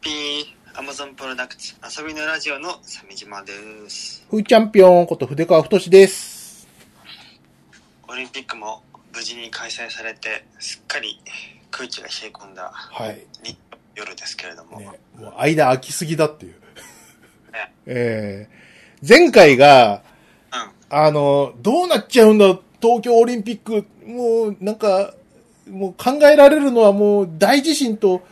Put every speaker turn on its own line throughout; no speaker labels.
ピー、アマゾンプロダクツ、遊びのラジオの鮫島です。
フーチャンピオンこと筆川太志です。
オリンピックも無事に開催されて、すっかり空気が冷え込んだ
はい。
日夜ですけれども、
ね、もう間空きすぎだっていう。
ね
ええ前回が、
うん、
あの、どうなっちゃうんだ、東京オリンピック、もう、なんか、もう考えられるのはもう大地震と、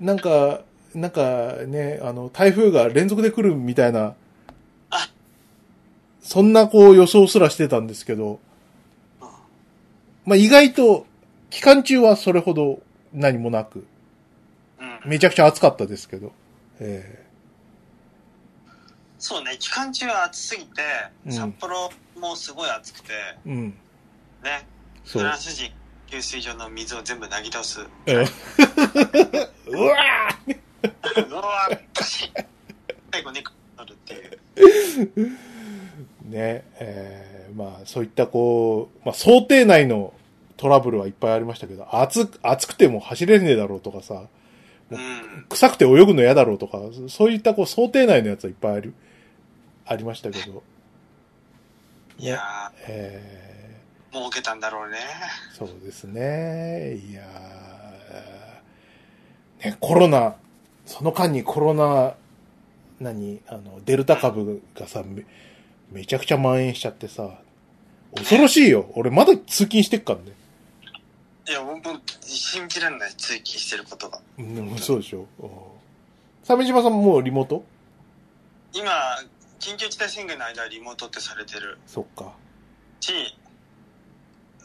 なんか、なんかね、あの、台風が連続で来るみたいな
あ、
そんなこう予想すらしてたんですけど、
うん
まあ意外と、期間中はそれほど何もなく、
うん、
めちゃくちゃ暑かったですけど、え
そうね、期間中は暑すぎて、
うん
札幌もすごい暑くて、
えうん、
ね、
そ
フ
う
ラン。ス人、給水所の水を全部なぎ倒す。う
うんうわ
わー、パシッ最後に取るっていう。
ーね、えーまあそういったこう、まあ想定内のトラブルはいっぱいありましたけど、暑く、暑くても走れねえだろうとかさ、
うん、
臭くて泳ぐの嫌だろうとか、そういったこう想定内のやつはいっぱいあり、ありましたけど、
いや
え
ー、もう受けたんだろうね。
ーそうですね、いやーね、コロナ、その間にコロナ、何、あの、デルタ株がさ、めめちゃくちゃ蔓延しちゃってさ、恐ろしいよ。俺まだ通勤してっからね。
いや、もう、もう信じられない、追記してることが。
うん、そうでしょ。うん鮫島さんももうリモート
今、緊急事態宣言の間はリモートってされてる
そっか。
し、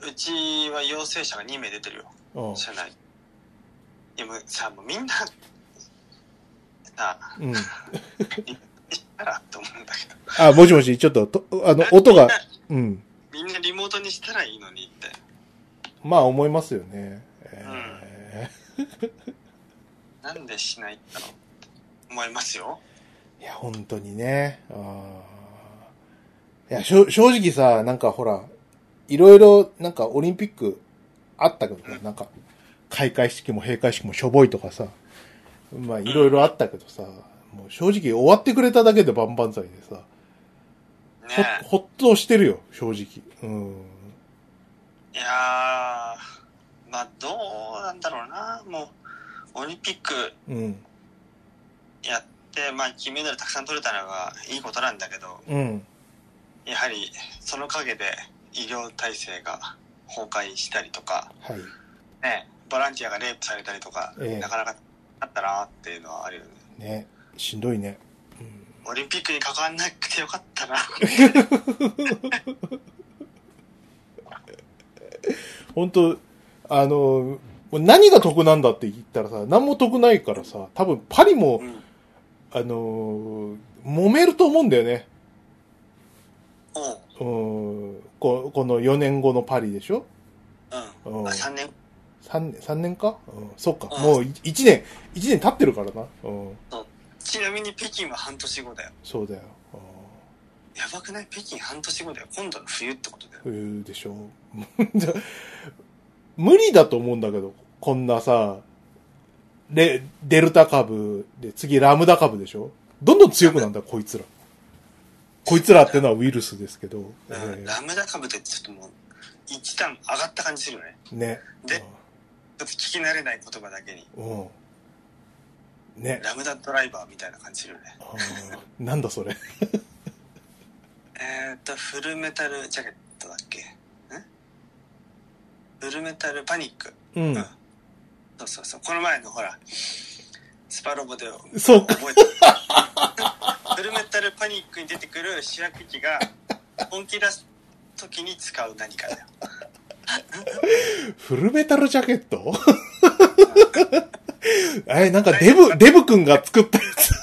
うちは陽性者が2名出てるよ、
うん。
社内。いや、もうさ、もうみんな、さあ、
うん。
いったらと思うんだけど。
あ、もしもし、ちょっと、とあの、音が、うん。
みんな、みんなリモートにしたらいいのにって。
まあ思いますよね。え
なんでしないんだろうって思いますよ。
ーいや、本当にね。あーいや、しょ正直さ、なんかほら、いろいろ、なんかオリンピックあったけどね、なんか、開会式も閉会式もしょぼいとかさ、まあいろいろあったけどさ、もう正直終わってくれただけで万々歳でさ、
ね
ほほっとしてるよ、正直。うん。
いやー、まあ、どうなんだろうな。もう、オリンピック、
うん。
やって、まあ、金メダルたくさん取れたのがいいことなんだけど、
うん。
やはりその陰で医療体制が崩壊したりとか、
はい。
ね、ボランティアがレイプされたりとか、
ええ
なかなかあったなっていうのはあるよね。
ね。しんどいね。うん
オリンピックに関わんなくてよかったな。
本当あの、もう何が得なんだって言ったらさ、何も得ないからさ、多分パリも
う、ん、
あのー揉めると思うんだよね。
おう、
うん、ここの4年後のパリでしょ
う。
うんん
あ、3年、
?3 年、三年かうん、そっか
う。ん
もう1年、一年経ってるからな。うん、
ちなみに北京は半年後だよ。
そうだよ。うん
やばくない北京半年後だよ。今度の冬ってことだよ。
冬でしょ 無理だと思うんだけど、こんなさ、レ、デルタ株、で、次ラムダ株でしょどんどん強くなんだ、こいつら。こいつらってのはウイルスですけど、え
うん、ラムダ株ってちょっともう、一段上がった感じするよね。
ーね。
で、ちょっと聞き慣れない言葉だけに。
うん。ね。
ラムダドライバーみたいな感じするよね。
あー なんだそれ。
えーっと、フルメタルジャケットだっけんフルメタルパニック。
うん。
そうそうそう。この前のほら、スパロボで
そうか。
覚えてる。フルメタルパニックに出てくる主役機が本気出す時に使う何かだよ。
フルメタルジャケッ トえ、なんかデブ、デブくんが作ったやつ。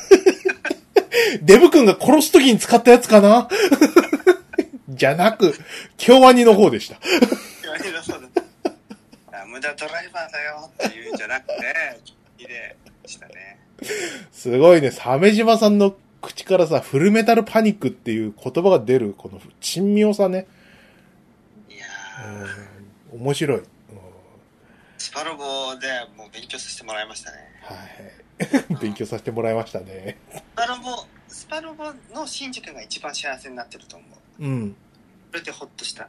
デブくんが殺すときに使ったやつかな じゃなく、京アニの方でした。
言われるそうだラムダドライバーだよっていうんじゃなくて、綺麗でしたね。
すごいね、鮫島さんの口からさ、フルメタルパニックっていう言葉が出る、この珍妙さね。
いやー。
うん面白い。うん
スパロボでもう勉強させてもらいましたね。
はい。 勉強させてもらいましたね。
スパロボ、スパロボのシンジ君が一番幸せになってると思う。
うん。
それでホッとした。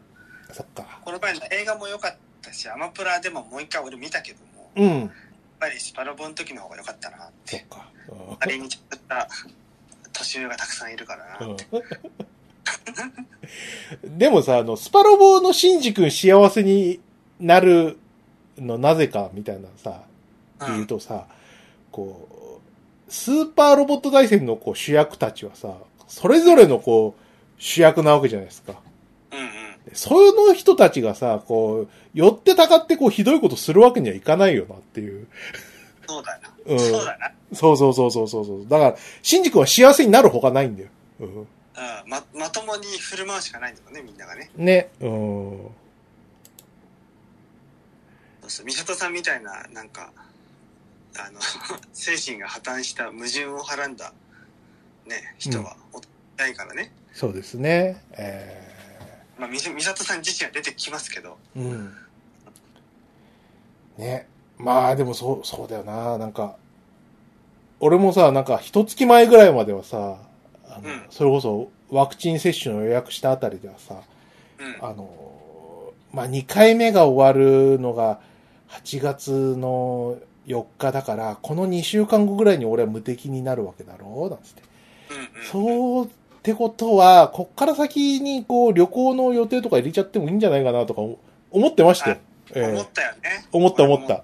そっか。
この前の映画も良かったし、アマプラでももう一回俺見たけども、やっ
うん。
ぱりスパロボの時の方が良かったなっ。
そってか。
あれにちょっと年上がたくさんいるから
う
な。
んうん。でもさ、あの、スパロボのシンジ君幸せになるのなぜかみたいなさ、で
う、
言うんとさ、こう、スーパーロボット大戦のこう主役たちはさ、それぞれのこう、主役なわけじゃないですか。
うんうん。
でその人たちがさ、こう、寄ってたかってこう、ひどいことするわけにはいかないよなっていう。
そうだな。
うん。
そうだな。
そうそうそうそうそうそう。だから、シンジ君は幸せになるほかないんだよ。うん。
うん、ままともに振る舞うしかないんだもんねみんながね
ね。うん。
そうそう美里さんみたいななんかあの 精神が破綻した矛盾をはらんだね人はおないからね、
そうですね。え
まあ、み美里さん自身は出てきますけど
ー、うん。ね。まあ、でもそう、そうだよな。なんか、俺もさ、なんか、一月前ぐらいまではさ、あの、
うん
それこそ、ワクチン接種の予約したあたりではさ、
うんうん
あの、まあ、2回目が終わるのが8月の4日だから、この2週間後ぐらいに俺は無敵になるわけだろうなんつって。
うん
そうってことは、こっから先にこう旅行の予定とか入れちゃってもいいんじゃないかなとか思思ってましたよ。ええ
思ったよね
思った思っ
俺も
た。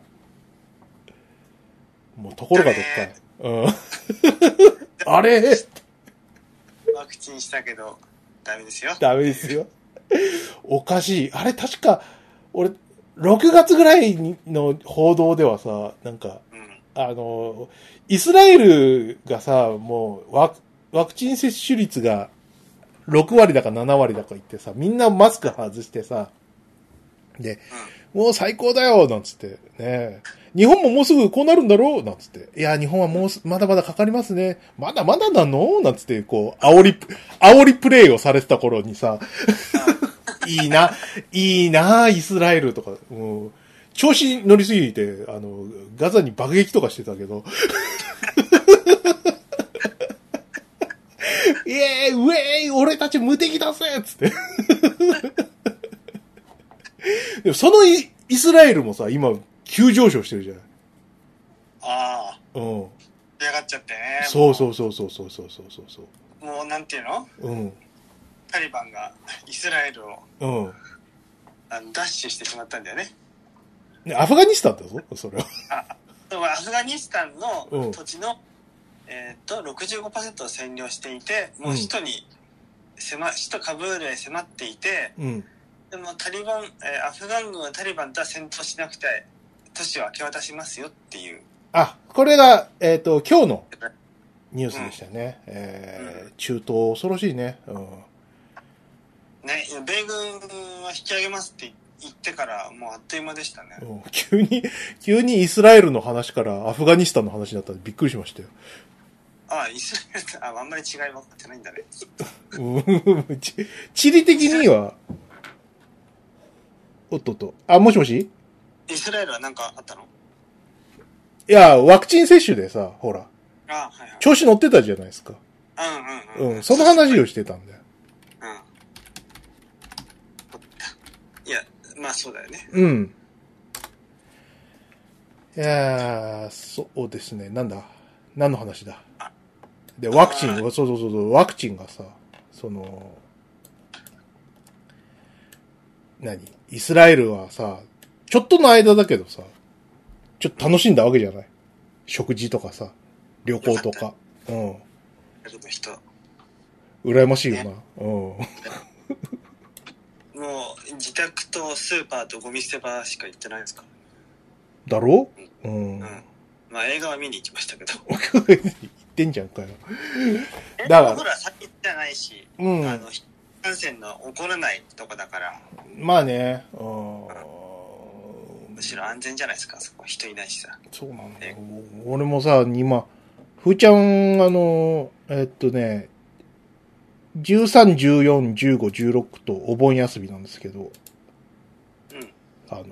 もうところがどっか。うん。 あれ
ワクチンしたけどダメですよ
ダメですよ。おかしい。あれ、確か、俺、6月ぐらいにの報道ではさ、なんか、
うん
あの、イスラエルがさ、もうワク、ワクチン接種率が6割だか7割だか言ってさ、みんなマスク外してさ、で、もう最高だよなんつって、ね。日本ももうすぐこうなるんだろうなんつって。いや、日本はもうすまだまだかかりますね。まだまだなのなんつって、こう、煽り、煽りプレイをされてた頃にさ、いいな、いいな、イスラエルとか、もう、調子に乗りすぎて、あの、ガザに爆撃とかしてたけど。 イエーイ、ウェーイ、俺たち無敵だぜっつって。 でもそのイイスラエルもさ、今、急上昇してるじゃない。
ああ
うん。
出上がっちゃってね
そうそうそうそうそうそうそうそう。
うもうなんていうの
うん。
タリバンがイスラエルを
うん。
あの奪取してしまったんだよね
ねアフガニスタンだぞ、それは。
アフガニスタン
う
の
ん
土地の、えー、と65%を占領していてもう首都に迫、首都カブールへ迫っていて
うん。
でもタリバン、えーアフガン軍はタリバンとは戦闘しなくて都市を明け渡しますよっていう
あ、これが、えっ、と、今日のニュースでしたね。えー、中東恐ろしいね。うん。
ね米軍は引き上げますって言ってからもうあっという間でしたね
うん急に、急にイスラエルの話からアフガニスタンの話になったんでびっくりしましたよ。
ああイスラエルとああんまり違い分かってないんだね
うんち地理的には、おっとっと。あ、もしもし
イスラエルは何かあったの
いや、ワクチン接種でさ、ほら、
あはいはい
調子乗ってたじゃないですか。
うんうんうん、
うん、その話をしてたんだよ。
うんいや、まあそうだよね。
うん。いやー、そうですね。なんだ何の話だで、ワクチン、
あー
そうそうそうそう、ワクチンがさ、その、何イスラエルはさ、ちょっとの間だけどさ、ちょっと楽しんだわけじゃない食事とかさ、旅行とか。うん。
やるの人。も
羨ましいよな。うん。
う自宅とスーパーとゴミ捨て場しか行ってないですか
だろう
ら
ん
ね。。うん。まあ映画は見に行きましたけど。
言ってんじゃんかよ。
映画
だから
はほら先じゃないし、
うん。
あの、感染の起こらないとこだから、
まあね、うーん
むしろ安全じゃないですか、そこ人いないしさ。
そうなんだよ
ね。
俺もさ、今、ふーちゃん、あの、えっとね、13、14、15、16とお盆休みなんですけど、
うん。
あの、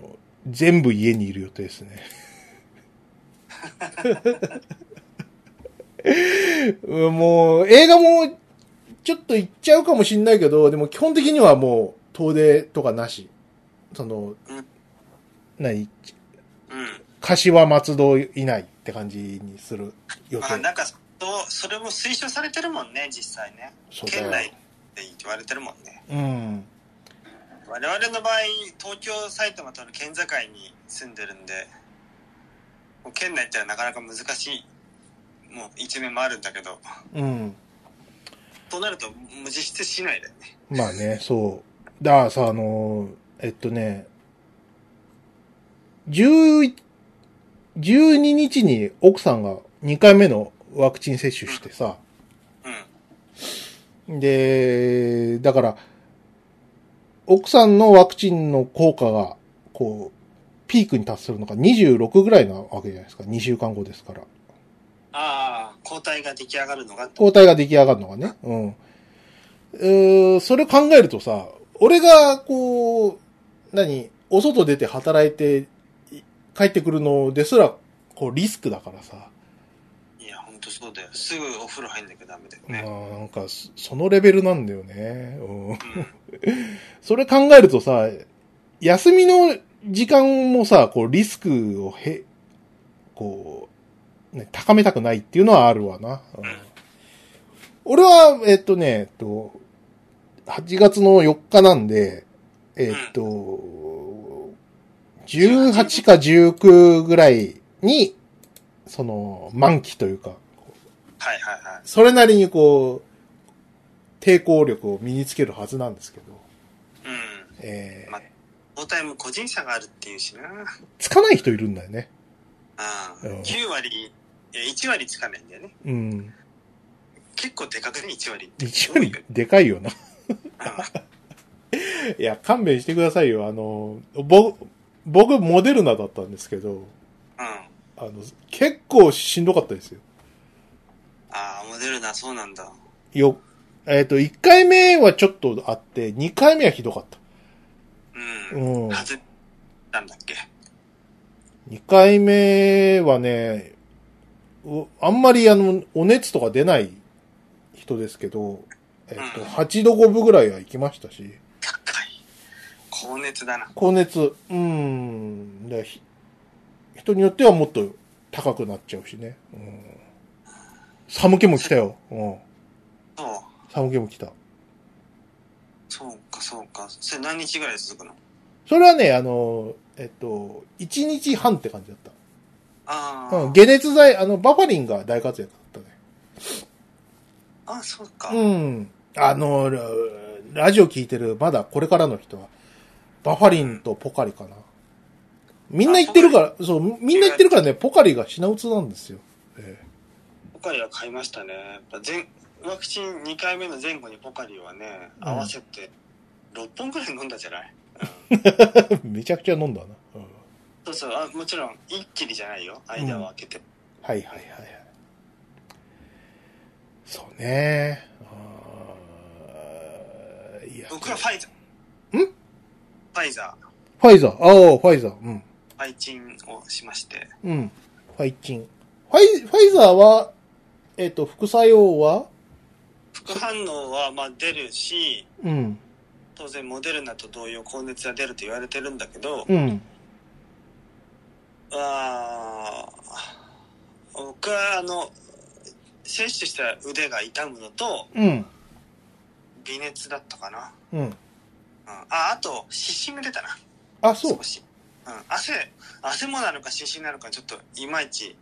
全部家にいる予定で すね。うんもう、映画も、ちょっと行っちゃうかもしんないけど、でも基本的にはもう、遠出とかなし。その
うん、
何
う
柏松戸以内って感じにする予
ん。まあ、
定。
なんかそう、それも推奨されてるもんね、実際ね。
そう
県
だ
内っ
よ
て。言われてるもんね。
うん。
我々の場合、東京、埼玉との県境に住んでるんで、もう県内ってのはなかなか難しい、もう一面もあるんだけど、
うん。
となると、もう実質市内だよね。
まあね、そう。だからさ、あのー、えっとね、11 12日に奥さんが2回目のワクチン接種してさ、
うん。
で、だから、奥さんのワクチンの効果が、こう、ピークに達するのが26ぐらいなわけじゃないですか。2週間後ですから。
ああ、抗体が出来上がるのが、
抗体が出来上がるのがね。うん。うーそれ考えるとさ、俺が、こう、何、お外出て働いて、い帰ってくるのですら、こう、リスクだからさ。
いや、ほんとそうだよ。すぐお風呂入んなきゃダメだよ
まあ、
ね。
なんか、そそのレベルなんだよね。うん。
うん。
それ考えるとさ、休みの時間もさ、こう、リスクをへ、こう、ね、高めたくないっていうのはあるわな。うん俺は、えっとね、えっと、8月の4日なんで、えっと、18か19ぐらいに、その、満期というか、
はいはいはい。
それなりにこう、抵抗力を身につけるはずなんですけど、
うん。
えー
ま抗体も個人差があるっていうしな。
つかない人いるんだよね。
ああ、
うん
9割、え、1割つかないんだよね。
うん。
結構でかくね、1割って。
一割でかいよな。
う
いや、勘弁してくださいよ。あの、ぼ、僕、モデルナだったんですけど、
ん。うん
あの、結構しんどかったですよ。
ああ、モデルナ、そうなんだ。
よ、えっ、と、1回目はちょっとあって、2回目はひどかった。
うん。
うん。
外れたんだっけ。
2回目はね、おあんまりあの、お熱とか出ない人ですけど、えっ、と、
うん
8度5分ぐらいは行きましたし、
高い。高熱だな。
高熱、うん、でひ人によってはもっと高くなっちゃうしね。うん、寒気も来たよ、うん。
そう。
寒気も来た。
そうか、そうか。それ何日ぐらい続くの
それはね、あの、えっと、1日半って感じだった。
ああ。
うん、解熱剤、あの、バファリンが大活躍だっ
ああ、そうか。
たね。うん。あの、ララジオ聞いてる、まだこれからの人は、バファリンとポカリかな。みんな言ってるから、そう、みんな言ってるからね、ポカリが品薄なんですよ。 え
ポカリは買いましたね。やっぱ前ワクチン2回目の前後にポカリはね、
うん
合わせて6本ぐらい飲んだじゃない、
えめちゃくちゃ飲んだな。うん
そうそうあ、もちろん一気にじゃないよ。間を空けて。
はいはいはいはい。そうね。あーいや
僕はファイザー。
ん
ファイザー、
ファイザー。ああ、ファイザー。うん。
ファイチンをしまして。
うん。ファイチン。ファイ、ファイザーは、えっ、と、副作用は
副反応はまあ出るし、
うん。
当然モデルナと同様高熱が出ると言われてるんだけど、
うん。
あー僕はあの、接種した腕が痛むのと、
うん。
微熱だったかな。
うん。
うんあ、あと、湿疹が出たな。
あ、そう
少。し。うん、汗、汗もなのか湿疹なのかちょっといまいち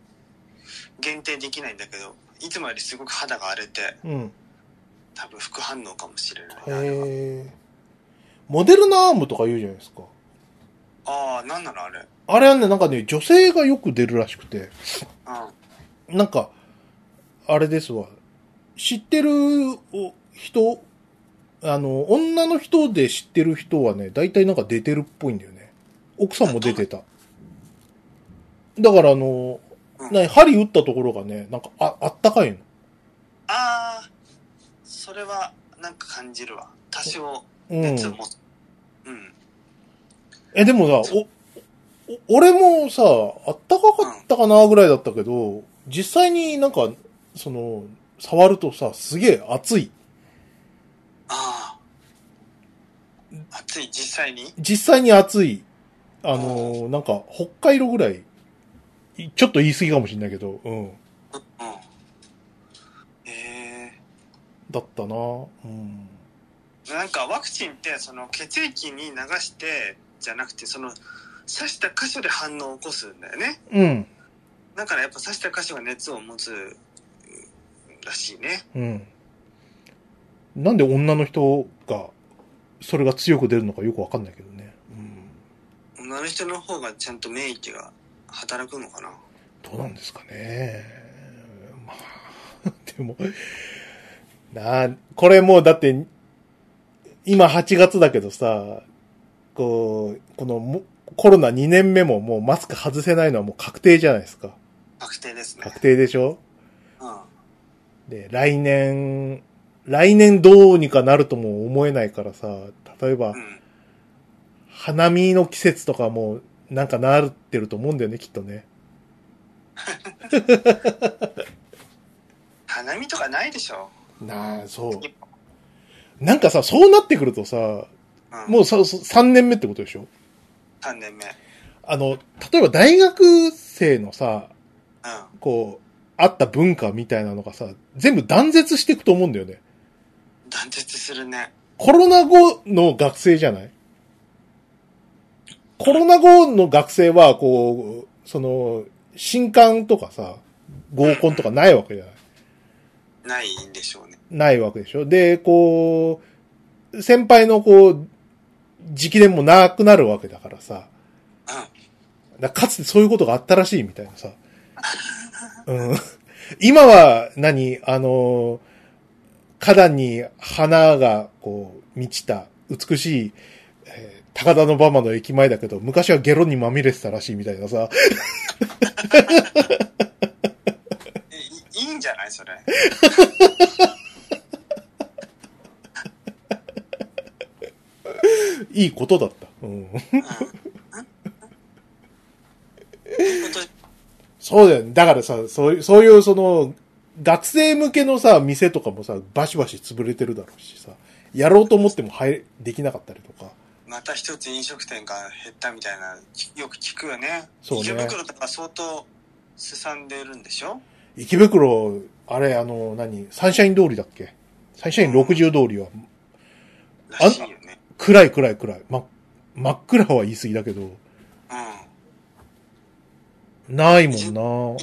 限定できないんだけど、いつもよりすごく肌が荒れて、
うん。
多分副反応かもしれないなあれは
へえ。モデルナアームとか言うじゃないですか。
ああ、なんなのあれ。
あれはね、なんかね、女性がよく出るらしくて。
うん。あ
なんか、あれですわ。知ってるお人、あの、女の人で知ってる人はね、大体なんか出てるっぽいんだよね。奥さんも出てた。だからあの、
うん
なに針打ったところがね、なんかあ、あったかいの。
あー、それはなんか感じるわ。多少
うん。
熱を持つ。うん。
え、でもさ、お俺もさ、あったかかったかなぐらいだったけど、実際になんか、その、触るとさ、すげえ熱い。
ああ。暑い、実際に
実際に熱い。あのーなんか、北海道ぐらい。いちょっと言い過ぎかもしれないけど、うん。
うん。え
だったなうん。
えなんかワクチンって、その血液に流してじゃなくて、その刺した箇所で反応を起こすんだよね。
うん。
だからやっぱ刺した箇所が熱を持つらしいね。
うん。なんで女の人が、それが強く出るのかよくわかんないけどね。うん。
女の人の方がちゃんと免疫が働くのかな。
どうなんですかね。まあ、 でも、なあ、これもうだって、今8月だけどさ、こう、このもコロナ2年目ももうマスク外せないのはもう確定じゃないですか。
確定ですね。
確定でしょ
うん。
で、来年、来年どうにかなるとも思えないからさ、例えば
う、ん。
花見の季節とかもなんかなってると思うんだよね、きっとね。
花見とかないでしょ。
なあ、そう。なんかさ、そうなってくるとさ、
うん。
もうそ、そ3年目ってことでしょ
3年目。うん。
あの、例えば大学生のさ、こう、あった文化みたいなのがさ、全部断絶していくと思うんだよね。
断絶するね。
コロナ後の学生じゃないコロナ後の学生は、こう、その、新刊とかさ、合コンとかないわけじゃない
ないんでしょうね。
ないわけでしょで、こう、先輩のこう、直伝もなくなるわけだからさ。
う
だかつてそういうことがあったらしいみたいなさ。うん、今は何、あの、花壇に花がこう満ちた美しい、えー高田馬場の駅前だけど、昔はゲロにまみれてたらしいみたいなさ。
ん。えいいいんじゃないそれ。
いいことだった。うん、
本当に
そうだよね。だからさ、そういう、そういうその、学生向けのさ、店とかもさ、バシバシ潰れてるだろうしさ、やろうと思っても入れ、できなかったりとか。
また一つ飲食店が減ったみたいな、よく聞くよね。
そうね
池袋とか相当すさんでるんでしょ
池袋、あれ、あの、何、サンシャイン通りだっけサンシャイン60通りは、
らしいよね。
暗い暗い暗い。ま、真っ暗は言い過ぎだけど、
うん。わ
ないもんな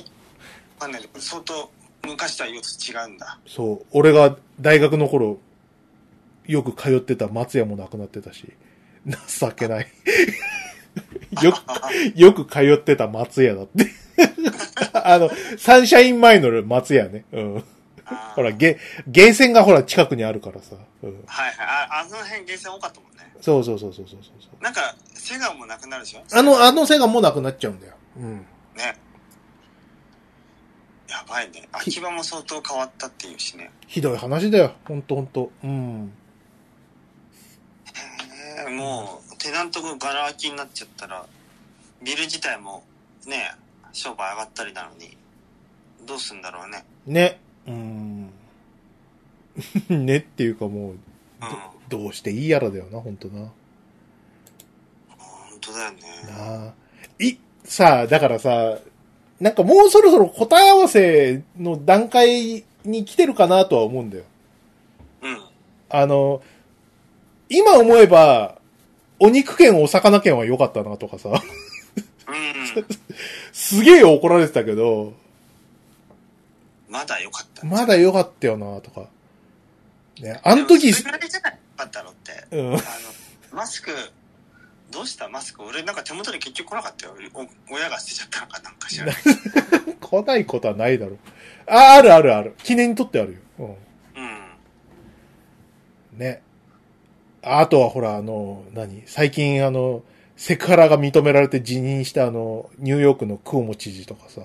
かんないけど、相当昔とはよく違うんだ。
そう、俺が大学の頃、よく通ってた松屋もなくなってたし、情けない。 よく、よく通ってた松屋だって。 あの、サンシャイン前の松屋ね。うん。
あー
ほら、ゲ、ゲーセンがほら近くにあるからさ。うん。
はいはい。あ、あの辺ゲーセン多かったもんね。
そうそうそうそうそうそう。
なんか、セガもなくなるでしょ
あの、あのセガもうなくなっちゃうんだよ。うん。
ね。やばいね。秋葉も相当変わったっていうしね。
ひどい話だよ。ほんとほんと。うん。
へえもう、テナントがガラ空きになっちゃったら、ビル自体もね、商売上がったりなのに、どうすんだろうね。
ね。うん。 ねっていうかもう、
うん。
どどうしていいやらだよな、ほんとな。
本当だよね。
なあ。い、さあ、だからさ、なんかもうそろそろ答え合わせの段階に来てるかなとは思うんだよ。
うん。
あの、今思えば、お肉券、お魚券は良かったなとかさ、
うん。
すげえ怒られてたけど、
まだ良かった。
まだ良かったよなとか。ね、あの時
でも、それぐらいじゃないかったのって。
う
あ、
ん
の、マスク、どうしたマスク。俺なんか手元に結局来なかったよ。お親が捨てちゃったのかなんか知らないけど。
来ないことはないだろう。あ、あるあるある。記念にとってあるよ。うん。
うん。
ね。あとはほら、あの、何最近あの、セクハラが認められて辞任したあの、ニューヨークのクオモ知事とかさ。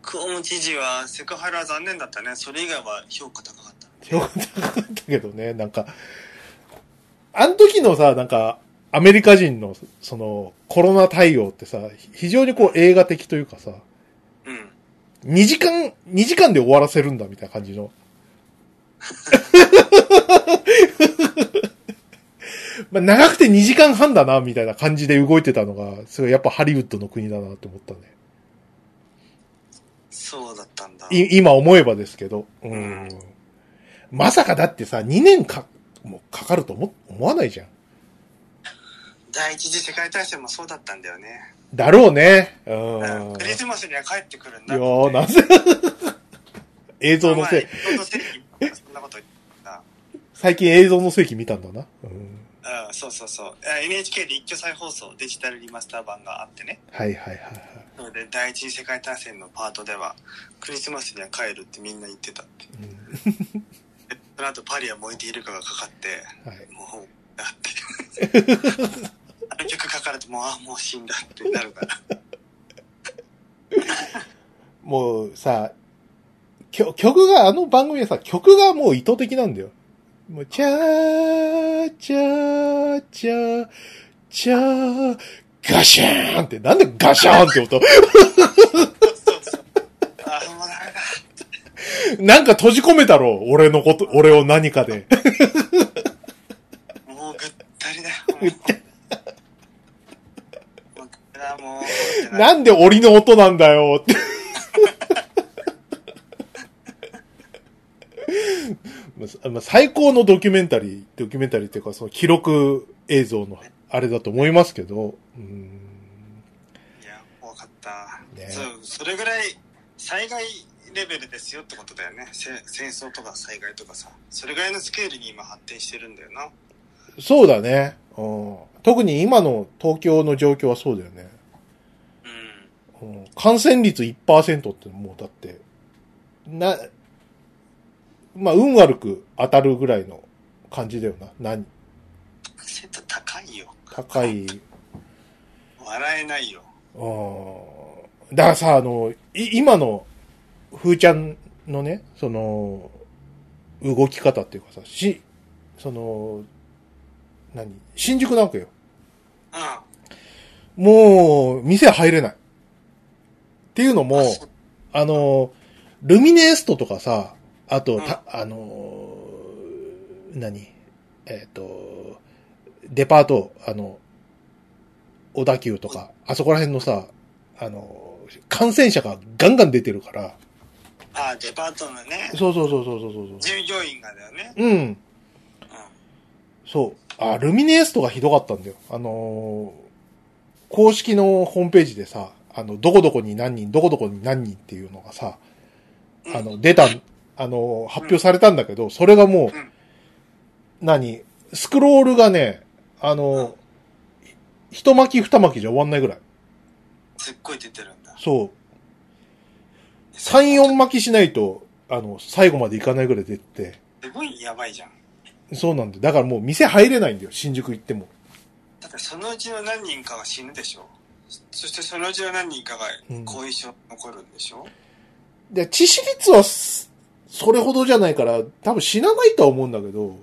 クオモ知事はセクハラは残念だったね。それ以外は評価高かった。
よかったけどね、なんか、あの時のさ、なんか、アメリカ人の、その、コロナ対応ってさ、非常にこう映画的というかさ、
うん。
2時間、2時間で終わらせるんだみたいな感 じの。まあ長くて2時間半だな、みたいな感じで動いてたのが、すごいやっぱハリウッドの国だなって思ったね。
そうだったんだ。
い今思えばですけど。う
うん
ん。まさかだってさ、2年か、もうかかると思、思わないじゃん。
第一次世界大戦もそうだったんだよね。
だろうね。うん。
うんクリスマスには帰ってくるん
い
だ
や。ー、なぜ 映像のせい、
まあまあ映像のせいにそんなこと言った。
最近映像の世紀見たんだな。うん。
うん、そうそうそう。え NHK で一挙再放送、デジタルリマスター版があってね。
はいはいはいはい。
なので、第一次世界大戦のパートでは、クリスマスには帰るってみんな言ってたって。
うん
でその後、パリは燃えているかがかかって、
はい、
もう、だって。 あの曲かかると、もう、あ、もう死んだってなるから。
もうさ、曲曲が、あの番組はさ、曲がもう意図的なんだよ。もう、チャー、チャー、チャー、チャー、ガシャーンって、なんでガシャーンって音
そうそう。あ、もうダメだ。
なんか閉じ込めたろ俺のこと、俺を何かで。
もうぐったりだよ。もうぐったりだ、もう。ってなる
なんで檻の音なんだよって。まあまあ最高のドキュメンタリー、ドキュメンタリーっていうか、その記録映像のあれだと思いますけど、うん
いや、怖かった。
ね
そう、それぐらい災害レベルですよってことだよね。せ戦争とか災害とかさ。それぐらいのスケールに今発展してるんだよな。
そうだね、うん。特に今の東京の状況はそうだよね。
うん。
うん感染率1%ってもうだって、な、まあ、運悪く当たるぐらいの感じだよな。何
セット高いよ。
高い
笑えないよ。
うんだからさ、あの、い今の、ふーちゃんのね、その、動き方っていうかさ、し、その、何新宿なんかよ。
うん。あ
もう、店入れない。っていうのも、
そう
あの、ルミネエストとかさ、あと、
うん
たあの、何えっ、と、デパート、あの、小田急とか、あそこら辺のさ、あの、感染者がガンガン出てるから、
あ、デパートのね、
そうそうそうそうそうそうそ
従業員がだよね。
う。うん、
うん。
そう。あ、ルミネエストがひどかったんだよ。あのー公式のホームページでさ、あの、どこどこに何人、どこどこに何人っていうのがさ、
うん
あの、出た、あのー発表されたんだけど、それがもう、
うん
何スクロールがね、あのー
うん
一巻き二巻きじゃ終わんないぐらい。
すっごい出てるんだ。
そう。三、四巻きしないと、あの、最後までいかないぐらい出て
すごいやばいじゃん。
て、そうなんだよ。だからもう店入れないんだよ、新宿行っても。
だってそのうちの何人かが死ぬでしょ。そしてそのうちの何人かが後遺症残るんでしょ、
で、致死率はす、それほどじゃないから、多分死なないとは思うんだけど、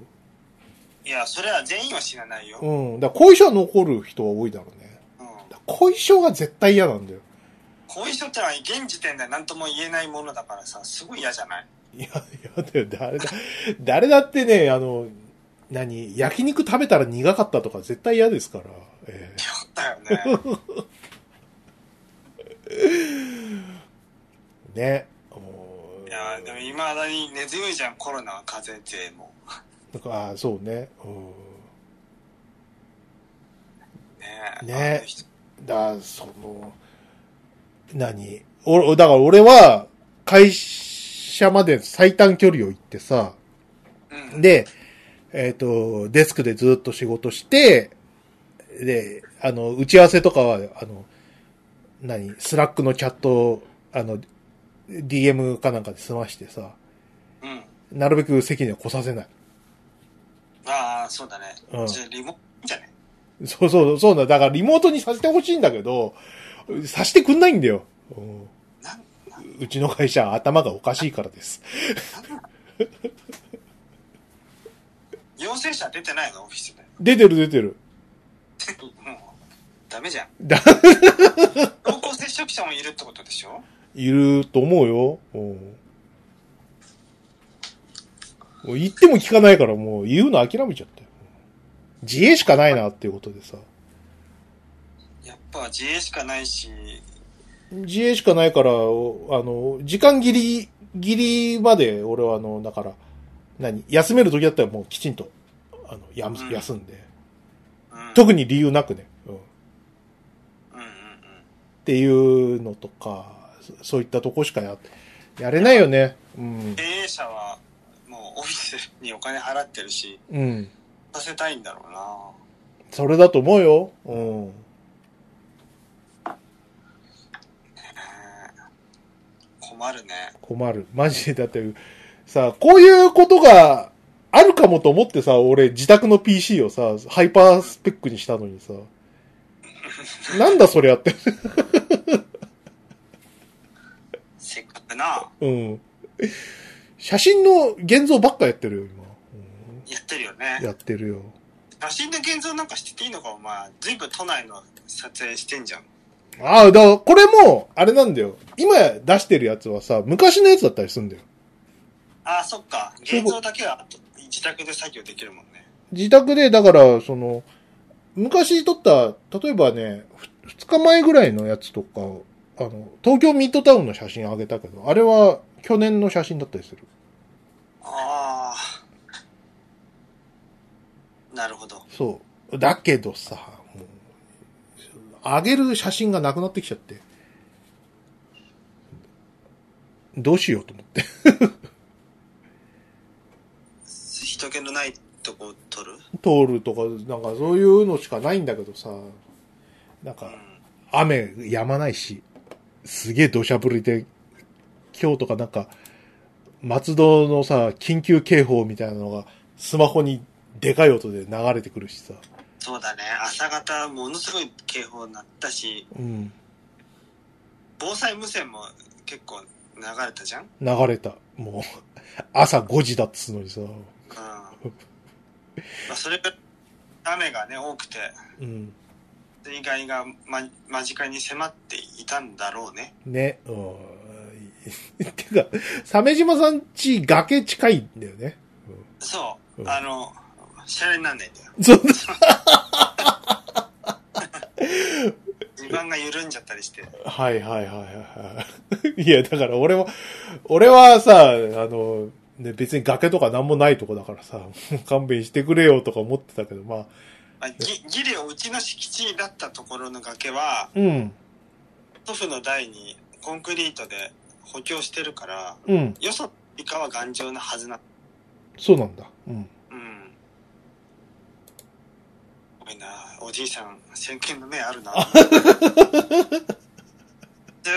いや、それは全員は死なないよ。
うん。だから後遺症は残る人は多いだろうね。
うん
だから後遺症が絶対嫌なんだよ。
後遺症ってのは現時点では何とも言えないものだからさ、すごい嫌じゃない
いや、嫌だよ。誰だ、誰だってね、あの、何、焼肉食べたら苦かったとか絶対嫌ですから。ええ
だよ ね。
ね。もう
いや、でも未だに根強いじゃん、コロナは風邪っても
なんか、あそうね。うん
う。ね
ね
あの人
だ、その、何お、だから俺は、会社まで最短距離を行ってさ、
うん。
で、えっ、と、デスクでずっと仕事して、で、あの、打ち合わせとかは、あの、何スラックのチャットを、あの、DM かなんかで済ましてさ、
うん。
なるべく席には来させない。
ああ、そうだね。
うん
じゃあリモじゃね。
そうそう、そうなんだ。だからリモートにさせてほしいんだけど、させてくんないんだよ。うん
なん
うちの会社は頭がおかしいからです。
陽性者出てないのオフィスで。
出てる出てる。
もう、ダメじゃん。
だ
濃厚接触者もいるってことでしょ
いると思うよ。うんもう言っても聞かないからもう言うの諦めちゃったよ。自衛しかないなっていうことでさ。
やっぱ自衛しかないし、
自衛しかないから、おあの、時間ギリ、ギリまで俺はあの、だから、何休める時だったらもうきちんと、あの、やむ
うん
休んで。
うん。
特に理由なくね。うん。
うんうんうん。
っていうのとか、そそういったとこしかや、やれないよね。うん
経。営者は、もうオフィスにお金払ってるし、
うん。
させたいんだろうな。
それだと思うよ。うん。
困るね。
困る。マジで、だって、さ、こういうことがあるかもと思ってさ、俺自宅の PC をさ、ハイパースペックにしたのにさ、なんだそれやって。
せっかくな、
うん。写真の現像ばっかやってるよ、今。
やってるよ
うん
ね。
やってるよ。
写真の現像なんかしてていいのか、お前。ずいぶん都内の撮影してんじゃん。
ああ、だからこれも、あれなんだよ。今出してるやつはさ、昔のやつだったりするんだよ。
ああ、そっか。現像だけは自宅で作業できるもんね。
自宅で、だから、その、昔撮った、例えばね、2日前ぐらいのやつとか、あの、東京ミッドタウンの写真あげたけど、あれは去年の写真だったりする。
ああ。なるほど。
そう。だけどさ、もう、あげる写真がなくなってきちゃって、どうしようと思って。
人気のないとこ撮る
通るとか、なんかそういうのしかないんだけどさ、なん
う
か、
ん。
雨止まないし、すげえ土砂降りで、今日とかなんか、松戸のさ、緊急警報みたいなのが、スマホにでかい音で流れてくるしさ。
そうだね。朝方、ものすごい警報鳴ったし、
うん。
防災無線も結構流れたじゃ ん
流れた。もう、 朝5時だっつうのにさ。
うん。まあ、それが、雨がね、多くて、
うん。
水害が、ま、間近に迫っていたんだろうね。
ね。うん。 てか、鮫島さんち崖近いんだよね。
そう。
うん
あの、シャレになんないんだよ。
そう
地盤が緩んじゃったりして。
はいはいはいはいはい。い や、だから俺は、俺はさ、あの、ね、別に崖とかなんもないとこだからさ、 もう勘弁してくれよとか思ってたけど、まあ、
まあ、ぎギリうちの敷地だったところの崖は、
うん、
祖父の代にコンクリートで補強してるから、
うん、
よそ以下は頑丈なはずな。
そうなんだ。うん。
うん。すごいな。おじいさん、先見の目あ るな。ずー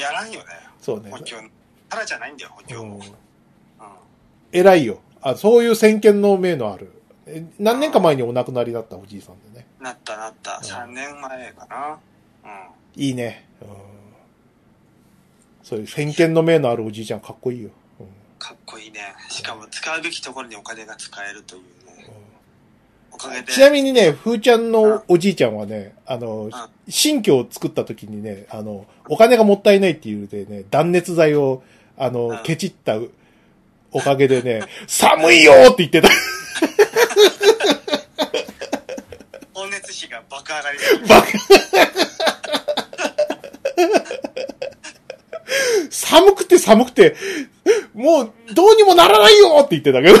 やらんよね。
そうね
補。強。ただじゃないんだよ、補強
う
も。うんん。
偉いよ。あ、そういう先見の明のある。え何年か前にお亡くなりだったおじいさんでね。
なったなった。
ん
3年前かな。うん。
いいね。うん。そういう先見の明のあるおじいちゃんかっこいいよ。うん
かっこいいね。しかも使うべきところにお金が使えるというね。おかげで。
ちなみにね、ふーちゃんのおじいちゃんはね、あの
ん、
新居を作った時にね、あの、お金がもったいないっていうのでね、断熱材を、あ
う
の
ん、
ケチったおかげでね、 寒いよーって言ってた。
光熱費が爆上がりする。
バカ寒くて寒くて、もうどうにもならないよーって言ってた けど。
なん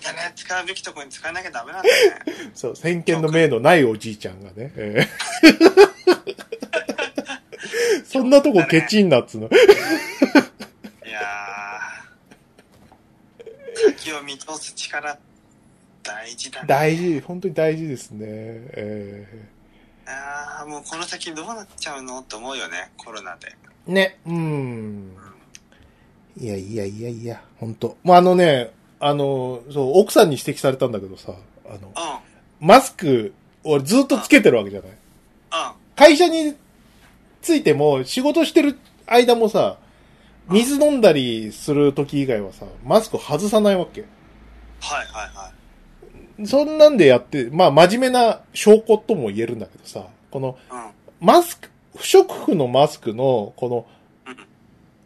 かね、使うべきところに使わなきゃダメなんだよね。
そう、先見の明のないおじいちゃんがね。え えそんなとこケチんなっつうの。
いやー。先を見通す力、大事だね。
大事、本当に大事ですね。え
あー、もうこの先どうなっちゃうのって思うよね、コロナで。
ーね、うん。いやいやいやいや、本当まあ、あのね、あの、そう、奥さんに指摘されたんだけどさ、あの
う、ん、うん、
マスク、俺ずっとつけてるわけじゃない会社についても、仕事してる間もさ、水飲んだりする時以外はさ、マスク外さないわけ。
はいはいは
そんなんでやって、まあ真面目な証拠とも言えるんだけどさ、この
うん。
マスク、不織布のマスクの、この
うん、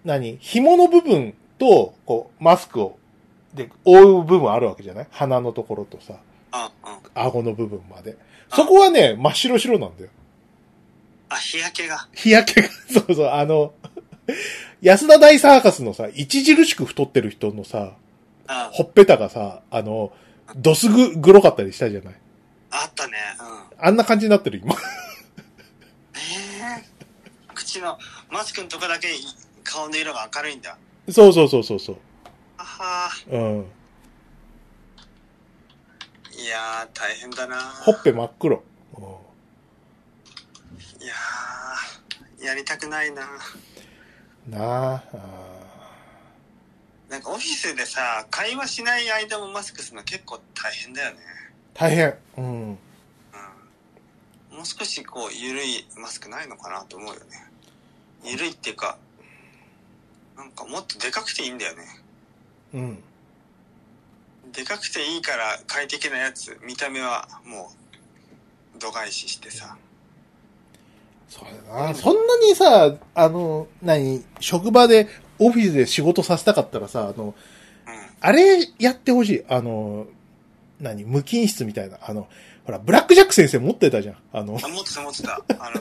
何紐の部分と、こう、マスクを、で、覆う部分あるわけじゃない鼻のところとさ、
あ、うん。
顎の部分まで。そこはね、真っ白白なんだよ。
あ、日焼けが。
日焼けが、 そうそう、あの、安田大サーカスのさ、著しく太ってる人のさ、
あ、
ほっぺたがさ、あの、どすぐ、黒かったりしたじゃない
あったね。うん。
あんな感じになってる、今。
ええ口の、マスクのとこだけい顔の色が明るいんだ。
そうそうそうそうそう。
あは
うん。
ーいやー、大変だな
ほっぺ真っ黒。うん
いやー、やりたくないな
なああ
なんかオフィスでさ、会話しない間もマスクするの結構大変だよね。
ー。大変。うん。
うん。もう少しこう、ゆるいマスクないのかなと思うよね。ゆるいっていうか、なんかもっとでかくていいんだよね。
うん。
でかくていいから快適なやつ、見た目はもう、度外視してさ。
そうだな。そんなにさ、あの、何、職場で、オフィスで仕事させたかったらさ、あの、
うん。
あれやってほしい。あの、何、無菌室みたいな。あの、ほら、ブラックジャック先生持ってたじゃん。あの、
あ、持ってた持ってた。あの、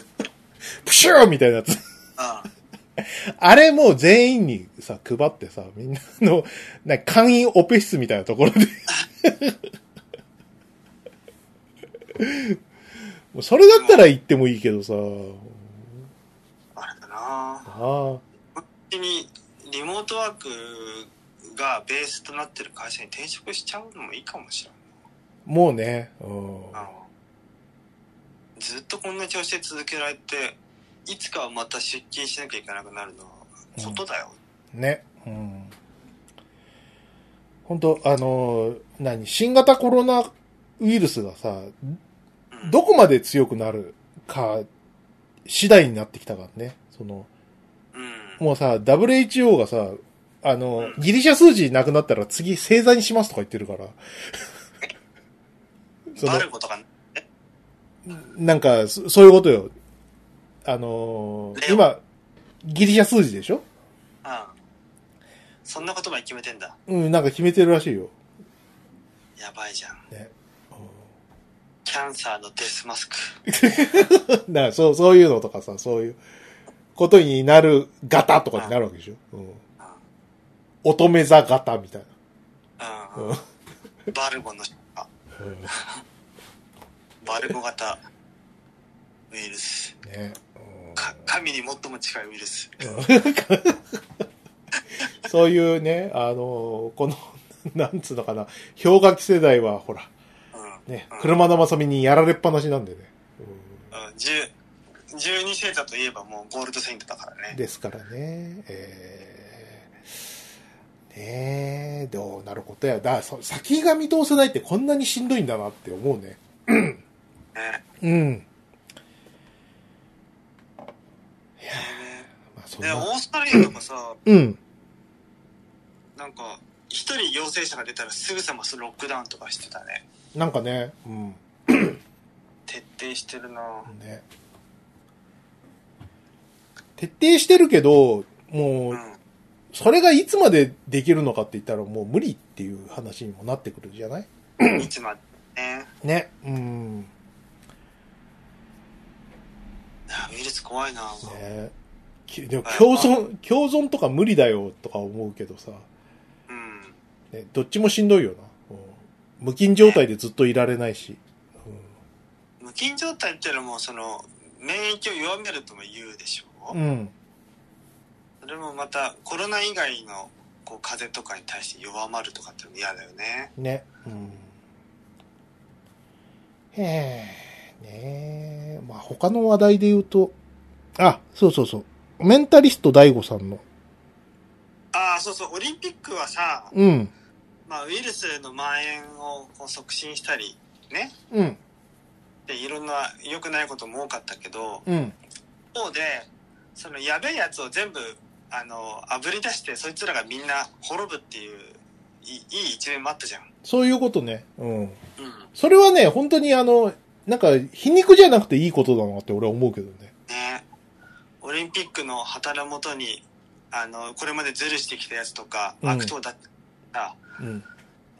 プシューみたいなやつ。
あ
あれもう全員にさ、配ってさ、みんなの、な、会員オペ室みたいなところで。 もうそれだったら行ってもいいけどさ、
あれだな
ああ、
本当にリモートワークがベースとなってる会社に転職しちゃうのもいいかもしれ
もうね、うん。
ないなずっとこんな調子で続けられていつかはまた出勤しなきゃいけなくなるのは外だよ、
ね。うん。本当あのー、何、新型コロナウイルスがさ、
うん
どこまで強くなるか、次第になってきたからね。その、
うん
もうさ、WHO がさ、あの、
うん
ギリシャ数字なくなったら次正座にしますとか言って るから、その
バルコとか
なんか、そそういうことよ。あのー
レオ
今、ギリシャ数字でしょ
うんそんなことまで決めてんだ
うん、なんか決めてるらしいよ。
やばいじゃん
ね。
キャンサーのデスマスク
うんだから、そう、そういうのとかさ、そういうことになる型とかになるわけでしょうん。乙女座型みたい
うん、
な。
うん
うん
バルゴのあバルゴ型ウイルス
ね。
か神に最も近いウイルス
そういうね、あのーこの、 なんつうのかな、氷河期世代は、ほら、
うん
ね
うん、
車田正美にやられっぱなしなんでね。
うん10 12星座といえばもうゴールドセイントだから
うん
ね。
ですからね、えーねえ、どうなることや。だからそ先が見通せないってこんなにしんどいんだなって思うね。
ね
うん。まあ、そん
で、オ
な。
ーストラリアとかさ、
うん。
なんか、一人陽性者が出たらすぐさまロックダウンとかしてたね。
なんかね、うん。
徹底してるなぁ
ね。徹底してるけど、も
う。、
うんそれがいつまでできるのかって言ったらもう無理っていう話にもなってくるじゃない
いつまでね。
ね。うん。
あウイルス怖いなぁ
ねきでも共存、共存とか無理だよとか思うけどさ、
うん。
ね、どっちもしんどいよな。うん無菌状態でずっといられないし。
無菌状態ってのはもうその、免疫を弱めるとも言うでしょ、
うん。うん
それもまたコロナ以外のこう風邪とかに対して弱まるとかってのも嫌だよね。
ね。うん。へえ、ねえ。まあ他の話題で言うと、あ、そうそうそう。メンタリスト大悟さんの。
ああ、そうそう、オリンピックはさ、
うん。
まあ、ウイルスの蔓延をこう促進したりね
うん。
でいろんな良くないことも多かったけど
うん。
一方でそのやべえやつを全部あのあぶり出してそいつらがみんな滅ぶっていういいい一面もあったじゃん。
そういうことね。うん。
うん。
それはね、本当にあの、なんか、皮肉じゃなくていいことだなって俺は思うけどね。
ねオリンピックの旗のもとに、あの、これまでズルしてきたやつとか、
うん
悪党だった、
うん。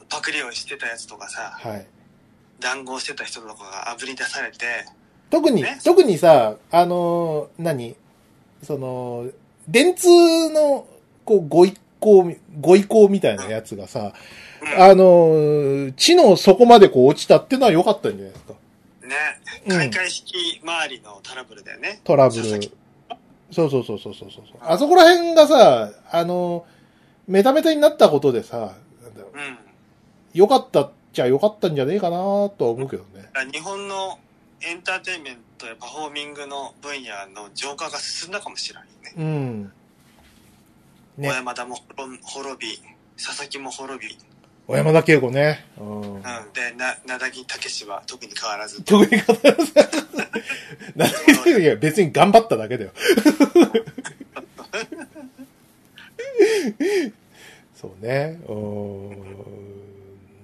パクリをしてたやつとかさ、
はい。
談合してた人とかが炙り出されて、
特に
ね、
特にさ、あのー、何その、電通の、こう、ご一行、ご意向みたいなやつがさ、
うん
あのー、地の底までこう落ちたってのは良かったんじゃないですか。
ね、
うん
開会式周りのトラブルだよね。
トラブル
佐々木。
そうそうそうそうそうそう。あそこら辺がさ、あのー、メタメタになったことでさ、なんだろう
うん。だ
良かったっちゃ良かったんじゃねえかなとは思うけどね。
から日本のエンターテインメントやパフォーミングの分野の浄化が進んだかもしれないね。
うん。
小
ね。
山田も滅滅び、佐々木も滅び、
小山田恵子ね。うん
うん、で、な、なだぎたけしは特に変わらず、
特に語らず。なんで言うのいや、別に頑張っただけだよ。そうね。うーん。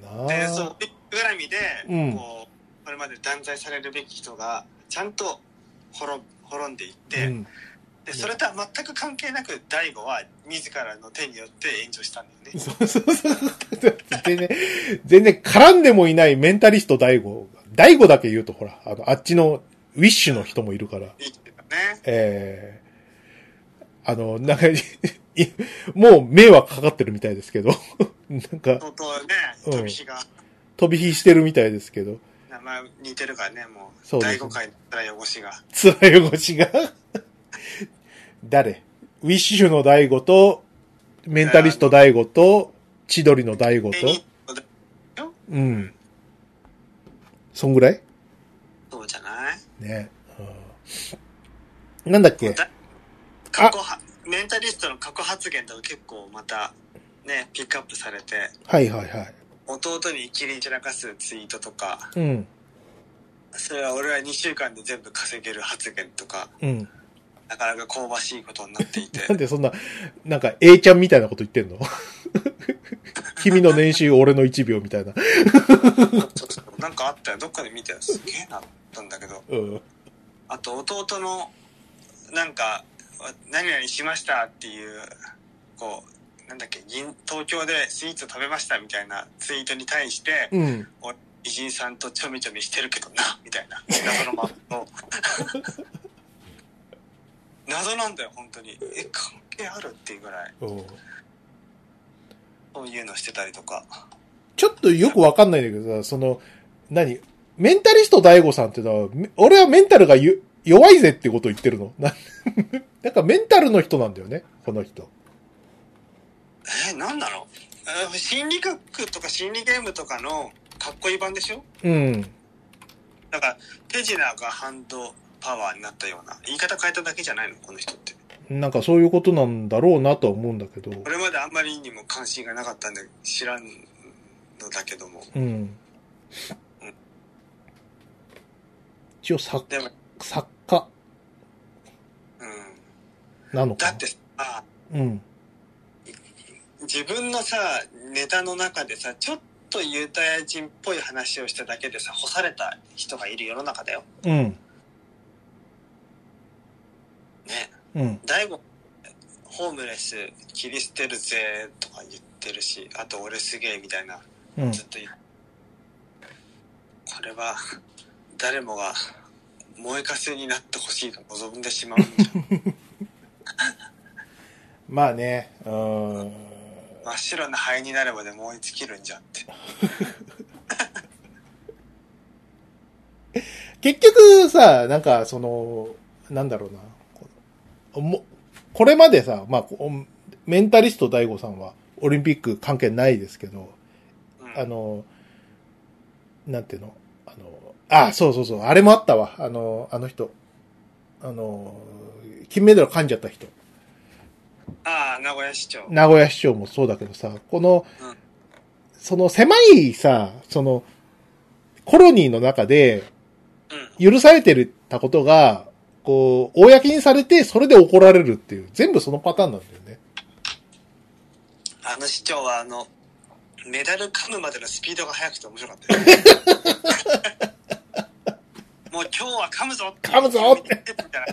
な
で、そ
あ
の、絡みで、
うん
こう、これまで断罪されるべき人が、ちゃんと滅び、滅んでいって、
うん。
で、それとは全く関係なく、大悟は自らの手によって炎上したんだよね。
そうそうそう。全然、全然絡んでもいないメンタリスト大悟。大悟だけ言うと、ほら、あの、あっちの、ウィッシュの人もいるから。
いいけどね。
ええあの、なんか、いもう迷惑かかってるみたいですけど。なん
相当
か、
ね、
うん
飛び火が、
飛び火してるみたいですけど、
名前似てるからね、も
そう
う、
です
大悟界の辛い汚しが。
辛い腰が。 誰ウィッシュの大悟と、メンタリスト大悟と、千鳥の大悟
芸
と
人、の
うん。そんぐらい
そうじゃない
ね。うんなんだっけ
だ過去は、メンタリストの過去発言とか結構また、ね、ピックアップされて、
はいはいはい。
弟に一輪散らかすツイートとか、
うん。
それは俺は2週間で全部稼げる発言とか、
うん。
なかなか香ばしいことになっていて、
なんでそんな、なんか A ちゃんみたいなこと言ってんの 君の年収俺の1秒みたいな。
そうそうなんかあったよ。どっかで見たよ。すげえな、ったんだけど。
うん。
あと、弟の、なんか、何々しましたっていう、こう、なんだっけ、銀東京でスイーツを食べましたみたいなツイートに対して、
うん。
俺美人さんとちょみちょみしてるけどな、みたいな。謎のマップを 謎なんだよ、本当に。え、関係あるっていうぐらい。
うん
そういうのしてたりとか。
ちょっとよくわかんないんだけどさ、その、何メンタリスト大悟さんってのは、め俺はメンタルがゆ弱いぜってことを言ってるの ななんかメンタルの人なんだよね、この人。
えー、なんなのえー心理学とか心理ゲームとかのかっこいい版でしょ
うん。
だから、手品がハンドパワーになったような。言い方変えただけじゃないのこの人って。
なんかそういうことなんだろうなとは思うんだけど。
これまであんまりにも関心がなかったんで知らんのだけども。
うん。一応作
でも、
作家
うん。
なのか
だ
な
ってさ、
うん。
自分のさ、ネタの中でさ、ちょっとユダヤ人っぽい話をしただけでさ、干された人がいる世の中だよ。
うん。
ね。
うん。
大悟、ホームレス切り捨てるぜとか言ってるし、あと俺すげえみたいな、
うん。
ずっと言う。これは、誰もが燃えかせになってほしいと望んでしまうんじ ゃん。
まあね、うーん。
真っ白な灰になるまで燃え尽きるんじゃんって。
結局さ、なんかその、なんだろうな。もこれまでさ、まあ、こメンタリスト大悟さんはオリンピック関係ないですけど、
うん
あの、なんていうのあの、あ、そうそうそう、あれもあったわ。あの、あの人。あの、金メダル噛んじゃった人。
ああ、名古屋市長。
名古屋市長もそうだけどさ、この、
うん
その狭いさ、その、コロニーの中で
うん。
許されてたことが、こう、公にされて、それで怒られるっていう、全部そのパターンなんだよね。
あの市長はあの、メダル噛むまでのスピードが速くて面白か ったよねもう今日は噛むぞ
噛むぞって
みた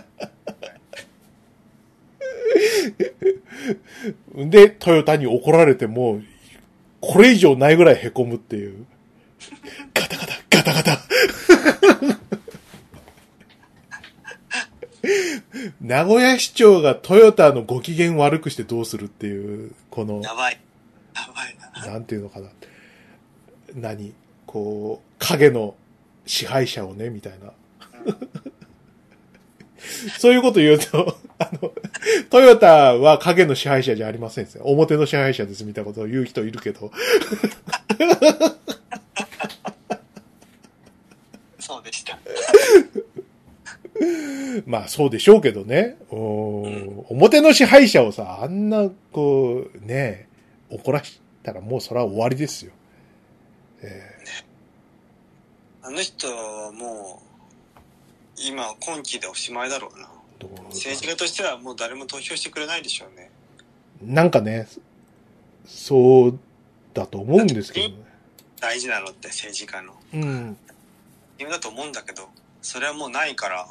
いな
で、トヨタに怒られてもう、これ以上ないぐらい凹むっていう。ガタガタ、ガタガタ。名古屋市長がトヨタのご機嫌悪くしてどうするっていう、こ の、
やばいやばいな
なんていうのかな。何こう、影の支配者をね、みたいな。そういうこと言うと、 あの、トヨタは影の支配者じゃありませんですよ。表の支配者ですみたいなことを言う人いるけど。
そうでした
まあそうでしょうけどね。おー表の支配者をさ、あんな、こう、ね、怒らしたらもうそれは終わりですよ。え
あの人はもう今今期でおしまいだろうな
ーどう
政治家としてはもう誰も投票してくれないでしょうね
なんかね、そうだと思うんですけどね。
大事なのって政治家の
うん。
理由だと思うんだけどそれはもうないから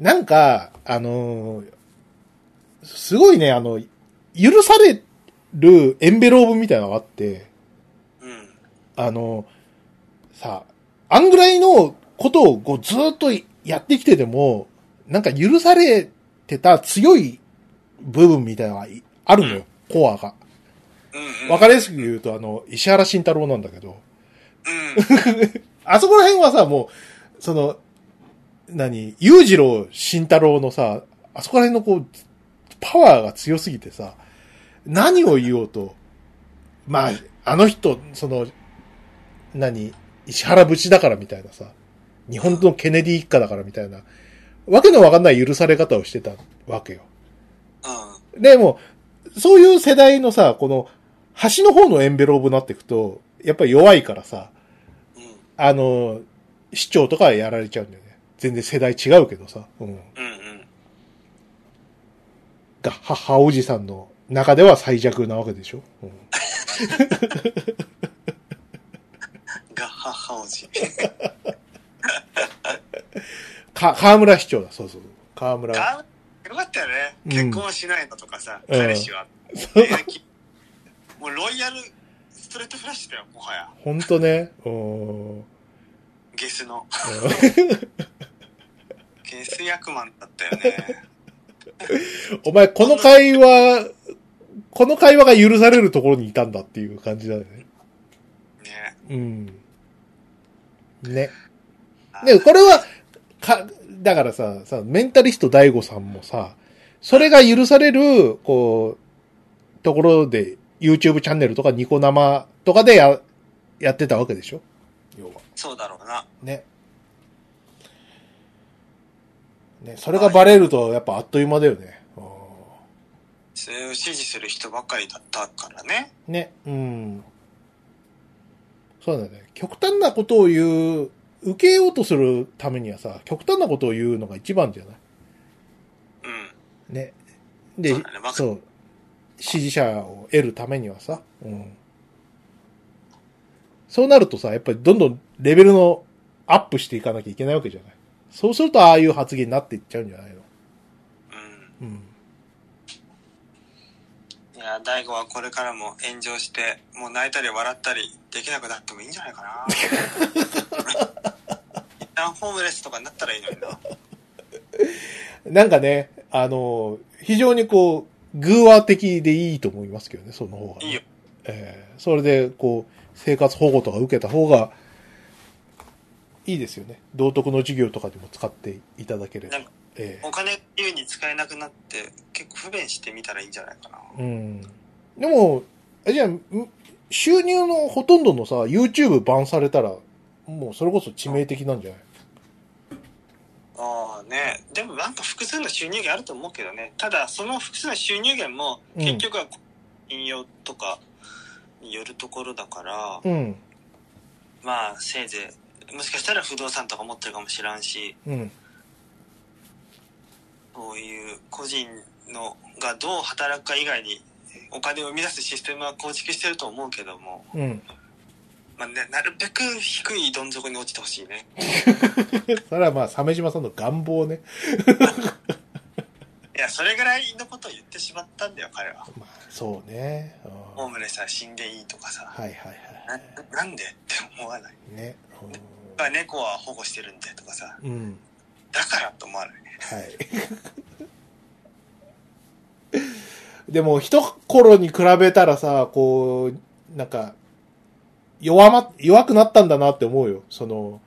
なんか、あのーすごいね、あの、許されるエンベローブみたいなのがあって、
うん
あの、さ、あんぐらいのことをこうずーっとやってきてても、なんか許されてた強い部分みたいなのがいあるのよ、コアが。
うんうん
わかりやすく言うと、あの、石原慎太郎なんだけど、
うん
あそこら辺はさ、もう、その、何、裕次郎慎太郎のさ、あそこら辺のこう、パワーが強すぎてさ、何を言おうと、まあ、あの人、その、何、石原淵だからみたいなさ、日本のケネディ一家だからみたいな、わけのわかんない許され方をしてたわけよ。
うん
でも、そういう世代のさ、この、端の方のエンベローブになっていくと、やっぱり弱いからさ、
うん
あの、市長とかはやられちゃうんだよね。全然世代違うけどさ。うん。
うんうん
が、母おじさんの中では最弱なわけでしょ。うん、
ガッハッハおじ
か、河村市長だ。そうそう。河村。
ガよかったよね、
うん
結婚しないのとかさ、
うん
彼氏は、平気もうロイヤルストレートフラッシュだよもはや
ほんとね。うん。
ゲスのゲス役満だったよ ね
お前、この会話、この会話が許されるところにいたんだっていう感じだよね。
ね
うん。ね。
あ
で、これは、か、だからさ、さ、メンタリスト大悟さんもさ、それが許される、こう、ところで、YouTube チャンネルとかニコ生とかでや、やってたわけでしょ要は。
そうだろうな
ね。ね、それがバレると、やっぱあっという間だよね。うん
それを支持する人ばっかりだったからね
ね、うん。そうだね。極端なことを言う、受けようとするためにはさ、極端なことを言うのが一番じゃない
うん
ね。で、
そ
そ
う
う
だねわか
支持者を得るためにはさ、うん。そうなるとさ、やっぱりどんどんレベルのアップしていかなきゃいけないわけじゃない。そうするとああいう発言になっていっちゃうんじゃないの
うん
うん。
いや、大悟はこれからも炎上して、もう泣いたり笑ったりできなくなってもいいんじゃないか な。一旦ホームレスとかになったらいいのにな。
なんかね、あの、非常にこう、偶話的でいいと思いますけどね、その方がね、
いいよ。
えーそれで、こう、生活保護とか受けた方が、いいですよね。道徳の授業とかにも使っていただければ
なんか。
え
お金自由に使えなくなって、結構不便してみたらいいんじゃないかな。
ーうん。でも、あじゃあ、ん収入のほとんどのさ、YouTube バンされたら、もうそれこそ致命的なんじゃない
ああね。でもなんか複数の収入源あると思うけどね。ただ、その複数の収入源も、
うん
結局は引用とかによるところだから、
うん。
まあ、せいぜい、もしかしたら不動産とか持ってるかもしらんし、
うん。
そういう個人のがどう働くか以外にえーお金を生み出すシステムは構築してると思うけども、
うん。
まあね、なるべく低いどん底に落ちてほしいね。
それはまあ、鮫島さんの願望ね。
いや、それぐらいのことを言ってしまったんだよ、彼は。
まあ、そうね。うん
ホー
は
ムレスは死んでいいとかさ。
いはいは
ななんでって思わない。
い。ね。
まあ猫は保護してるんでとかさ。
うん。うん
だからと思わない。
はい。 でも、一頃に比べたらさ、こう、なんか、弱ま、弱くなったんだなって思うよ。その、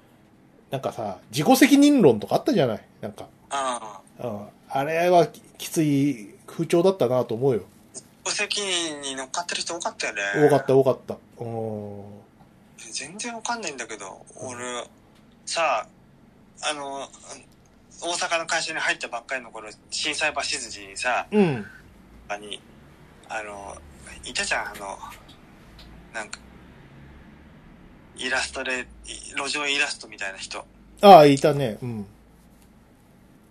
なんかさ、自己責任論とかあったじゃないなんか、
ああ。
うん。あれはききつい風潮だったなと思うよ。
無責任に乗っかってる人多かったよね。
多かった、多かった。うん。
全然わかんないんだけど、俺、さあ、あの、大阪の会社に入ったばっかりの頃、震災橋筋にさ、
うん。
あに、あの、いたじゃん、あの、なんか、イラストで、い路上イラストみたいな人。
ああ、いたね。うん。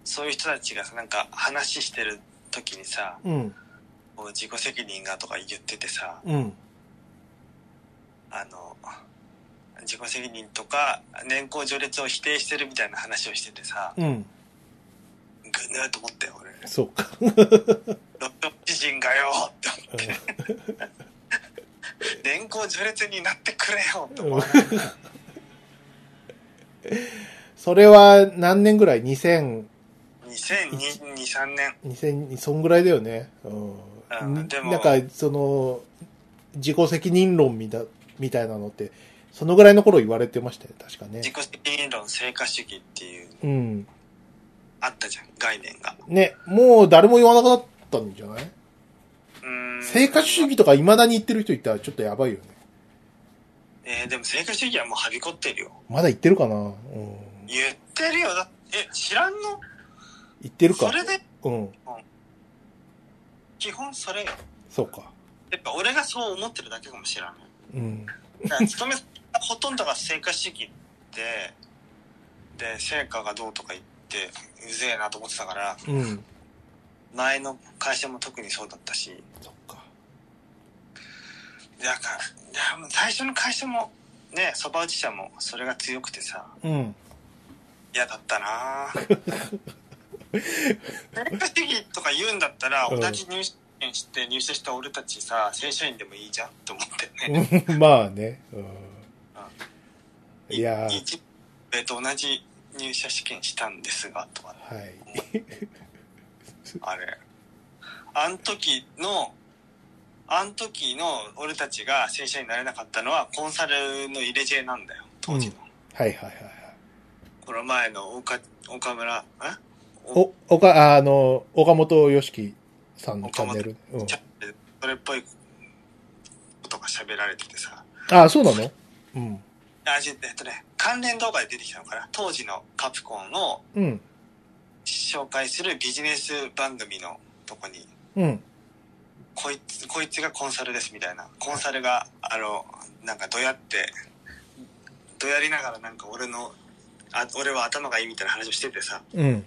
そういう人たちがさ、なんか話してる時にさ、
うん。
こう自己責任がとか言っててさ、
うん。
あの、自己責任とか年功序列を否定してるみたいな話をしててさ、
うん。
ぐぬーっと思ったよ、俺。
そうか。
ロッド美人がよって思って。年功序列になってくれよって思わない。
それは何年ぐらい ?2000、
2002、3年。
2000、そんぐらいだよね。う。
うんんでも
なんか、その、自己責任論みたみたいなのって、そのぐらいの頃言われてましたよ、確かね
自。己責任論成果主義っていう
うん。
あったじゃん概念が
ね、もう誰も言わなくなったんじゃないう
ーん
成果主義とか未だに言ってる人いたらちょっとやばいよね。
えーでも成果主義はもうはびこってるよ
まだ言ってるかなうん。
言ってるよだえ知らんの
言ってるか
そ。れで
うん。
基本それよ
そうか。
やっぱ俺がそう思ってるだけかもしれない
うん。
だから勤めほとんどが成果主義でで成果がどうとか言ってうぜえなと思ってたから
うん。
前の会社も特にそうだったし
そっか。
だからいやもう最初の会社もねそば打ち社もそれが強くてさ
うん。
嫌だったなぁ成果主義とか言うんだったら
う
同
ん
じ入社員して入社した俺たちさ正社員でもいいじゃんって思ってね
うん まあね。うんいやー
一えっと同じ入社試験したんですがとか
はい。
あれあん時のあん時の俺たちが正社員になれなかったのはコンサルの入れ知恵なんだよ当時の、
はいはいはいはい。
この前の岡岡村え
お、おか、あの、岡本よしきさんのチ
岡
ャン
本
ネル。うん
ちゃそれっぽいことが喋られててさ
あ、そうなのうん。
あじえっとね関連動画で出てきたのかな当時のカプコンを
うん。
紹介するビジネス番組のとこに
うん。
こいつこいつがコンサルですみたいなコンサルがあのなんかどうやってどうやりながらなんか俺のあ俺は頭がいいみたいな話をしててさ
うん。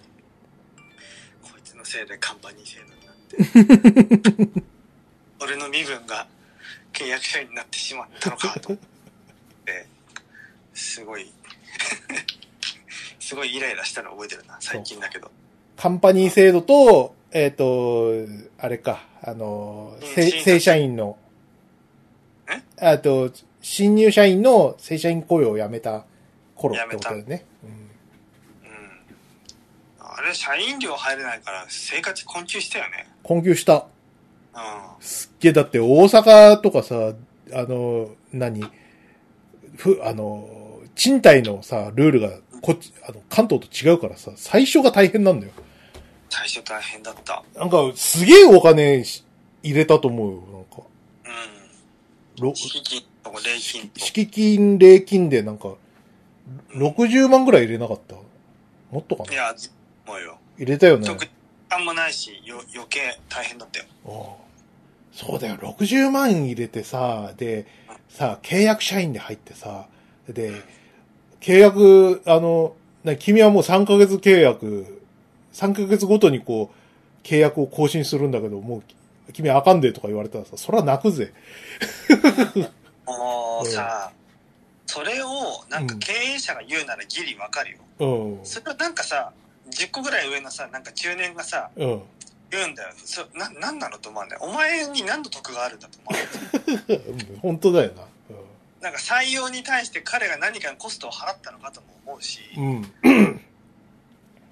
こいつのせいでカンパニー制度になって俺の身分が契約社員になってしまったのかと思ってすごい すごいイライラしたの覚えてるな最近だけど
カンパニー制度と、えっ、と、あれか、あの、せ
うん
正社員の、あと、新入社員の正社員雇用を辞めた頃ってことだよね。
うんあれ社員寮入れないから生活困窮したよね
うん困窮した。
うん
すっげえ、だって大阪とかさ、あの、何ふ、あの、賃貸のさ、ルールが、こっち、あの、関東と違うからさ、最初が大変なんだよ。
最初大変だった
なんか、すげえお金し入れたと思うよ、なんか。
うん
ろ
敷金とか礼金と
敷金、礼金でなんか、60万ぐらい入れなかったもっとか
い
な
やもうよ
入れたよね。
特に時間もないしよ余計大変だったよ
おうそうだよ、60万入れてさ、で、さ、契約社員で入ってさ、で、契約、あの、な君はもう3ヶ月契約、3ヶ月ごとにこう、契約を更新するんだけど、もう、君あかんでとか言われたらさ、そら泣くぜ。
もう
うん
さ、それをなんか
うん
経営者が言うならギリわかるよ。
うん。
それをなんかさ、10個ぐらい上のさ、なんか中年がさ、
うん。
言うんだよ。そな、なんなのと思わない。お前に何の得があるんだと思わない。
本当だよな。
なんか採用に対して彼が何かのコストを払ったのかとも思うし、
うん。うん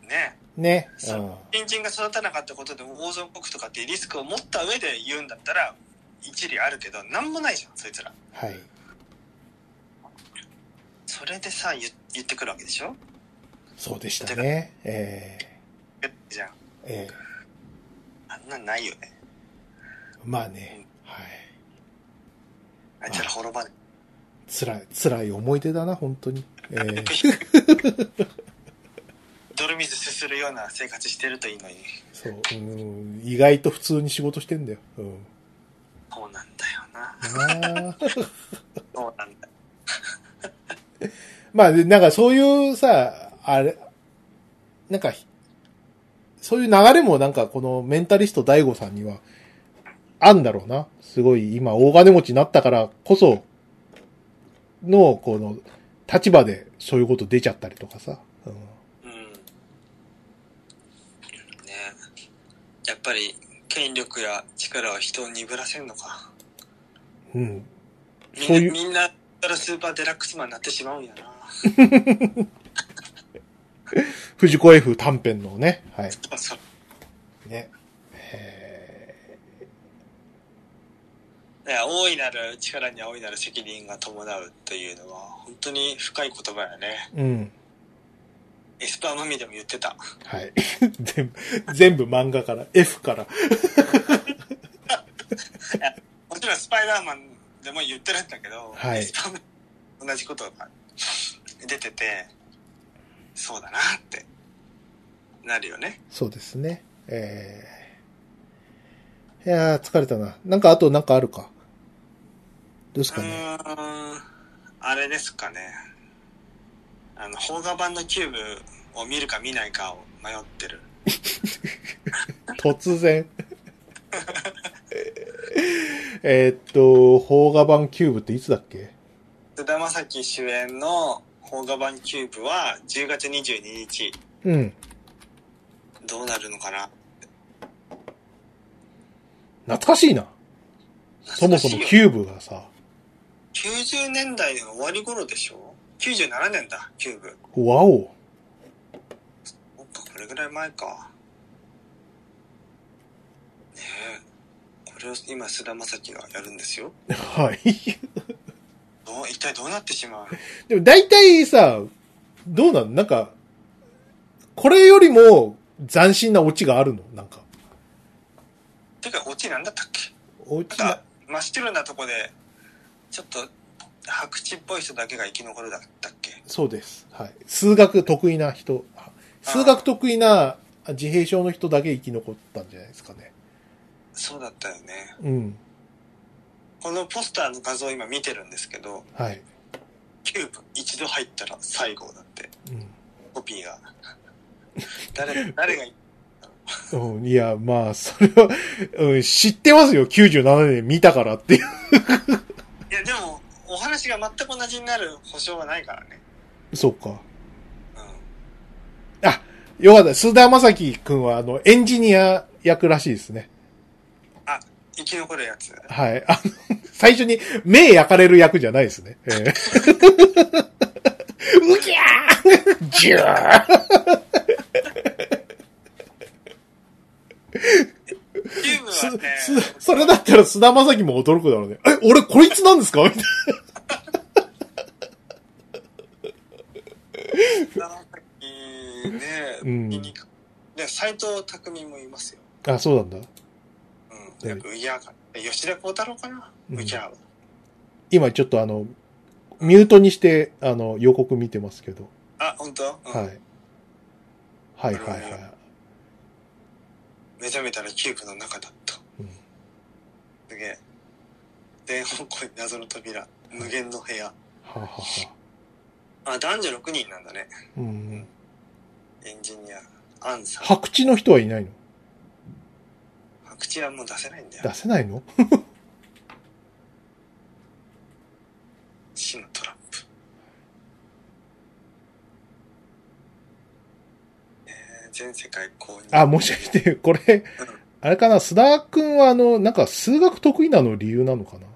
ね。
ね。う。
そうん新人が育たなかったことで大損国とかってリスクを持った上で言うんだったら、一理あるけど、なんもないじゃん、そいつら。
はい。
それでさ、言言ってくるわけでしょ
そうでしたね。え
じゃん。
ー、えー、
あんなんないよね。
まあね。はい。
あいつら滅ばね
辛い、辛い思い出だな、本当に。えー、
泥水すするような生活してるといいのに。
そう。うん。意外と普通に仕事してんだよ。うん。
そうなんだよな。
なあ
そうなんだ。
まあ、でなんかそういうさ、あれ、なんか、そういう流れもなんかこのメンタリスト大悟さんには、あんだろうな。すごい今大金持ちになったからこそ、の、この、立場でそういうこと出ちゃったりとかさ。うん
うん。ねやっぱり、権力や力は人を鈍らせるのか。
うん。
みんな
そういう
みんなからスーパーデラックスマンになってしまうんや な。
藤子 F 短編のね。はい。
そうそう。
ね。え
だから大いなる力には大いなる責任が伴うというのは、本当に深い言葉やね。
ーうん。
エスパーマミでも言ってた。
はい。 全部、全部漫画から、F から。
もちろんスパイダーマンでも言ってるんだけど、
はい
エスパーマミ同じことが出てて、そうだなってなるよね。
そうですね。えー、いやー、疲れたな。なんか、あとなんかあるか。どうです
う
かね。
ーん、あれですかね。あの、邦画版のキューブを見るか見ないかを迷ってる。
突然。 えーっと、邦画版キューブっていつだっけ
菅田将暉主演の邦画版キューブは10月22日、
うん。
どうなるのかな
懐かしいな。そもそもキ
懐か
ューブがさ、
しいよ90年代の終わり頃でしょ ?97 年だ、キューブ。
ワオ。
そっか、これぐらい前か。ねえ。これを今、菅田将暉がやるんですよ。
はい。
どう一体どうなってしまう
でも大体さ、どうなのなんか、これよりも斬新なオチがあるのなんか。
てか、オチなんだったっけ
オ
なん
チな
か、真っ白なとこで、ちょっと、白痴っぽい人だけが生き残るだったっけ
そうです。はい。数学得意な人。数学得意な自閉症の人だけ生き残ったんじゃないですかね。
そうだったよね。
うん。
このポスターの画像を今見てるんですけど、
はい。
キューブ一度入ったら最後だって、
う
コピーが。 誰、誰が、
ん。うんいや、まあ、それは、うん、知ってますよ。97年見たからっていう。
いやでも、お話が全く同じになる保証はないからね。
そう
うん。
か。よかった。須田正樹くんは、あの、エンジニア役らしいですね。
生き残るやつ。
はい。あの、最初に目焼かれる役じゃないですね。ええ うぎゃ ーじゅー
キューブ
す
はね、
す それだったら菅田将暉も驚くだろうね。え、俺こいつなんですかみ たいな。
菅田将暉ね、
うん
見に行くで、斎藤匠もいますよ。
あ、そうなんだ。
うん。なんか、ウギャーか。吉田鋼太郎かな
うん
ウギャーは。
今ちょっとあの、ミュートにして、あの、予告見てますけど。
あ、本当、うん、
はい。はいはい
なるほ
は
目覚めたらキューブの中だった。
うん
すげえ。全方向に謎の扉。無限の部屋。
い。はあ、はあはあ、
あ、男女6人なんだね。
うん。
エンジニア、アンさん、
白地の人はいないの
白口はもう出せないんだよ
出。せないの
死のトラップ。えー、全世界公認。
あ、もしかして、これ、あれかな、須田くんは、あの、なんか、数学得意なの理由なのかな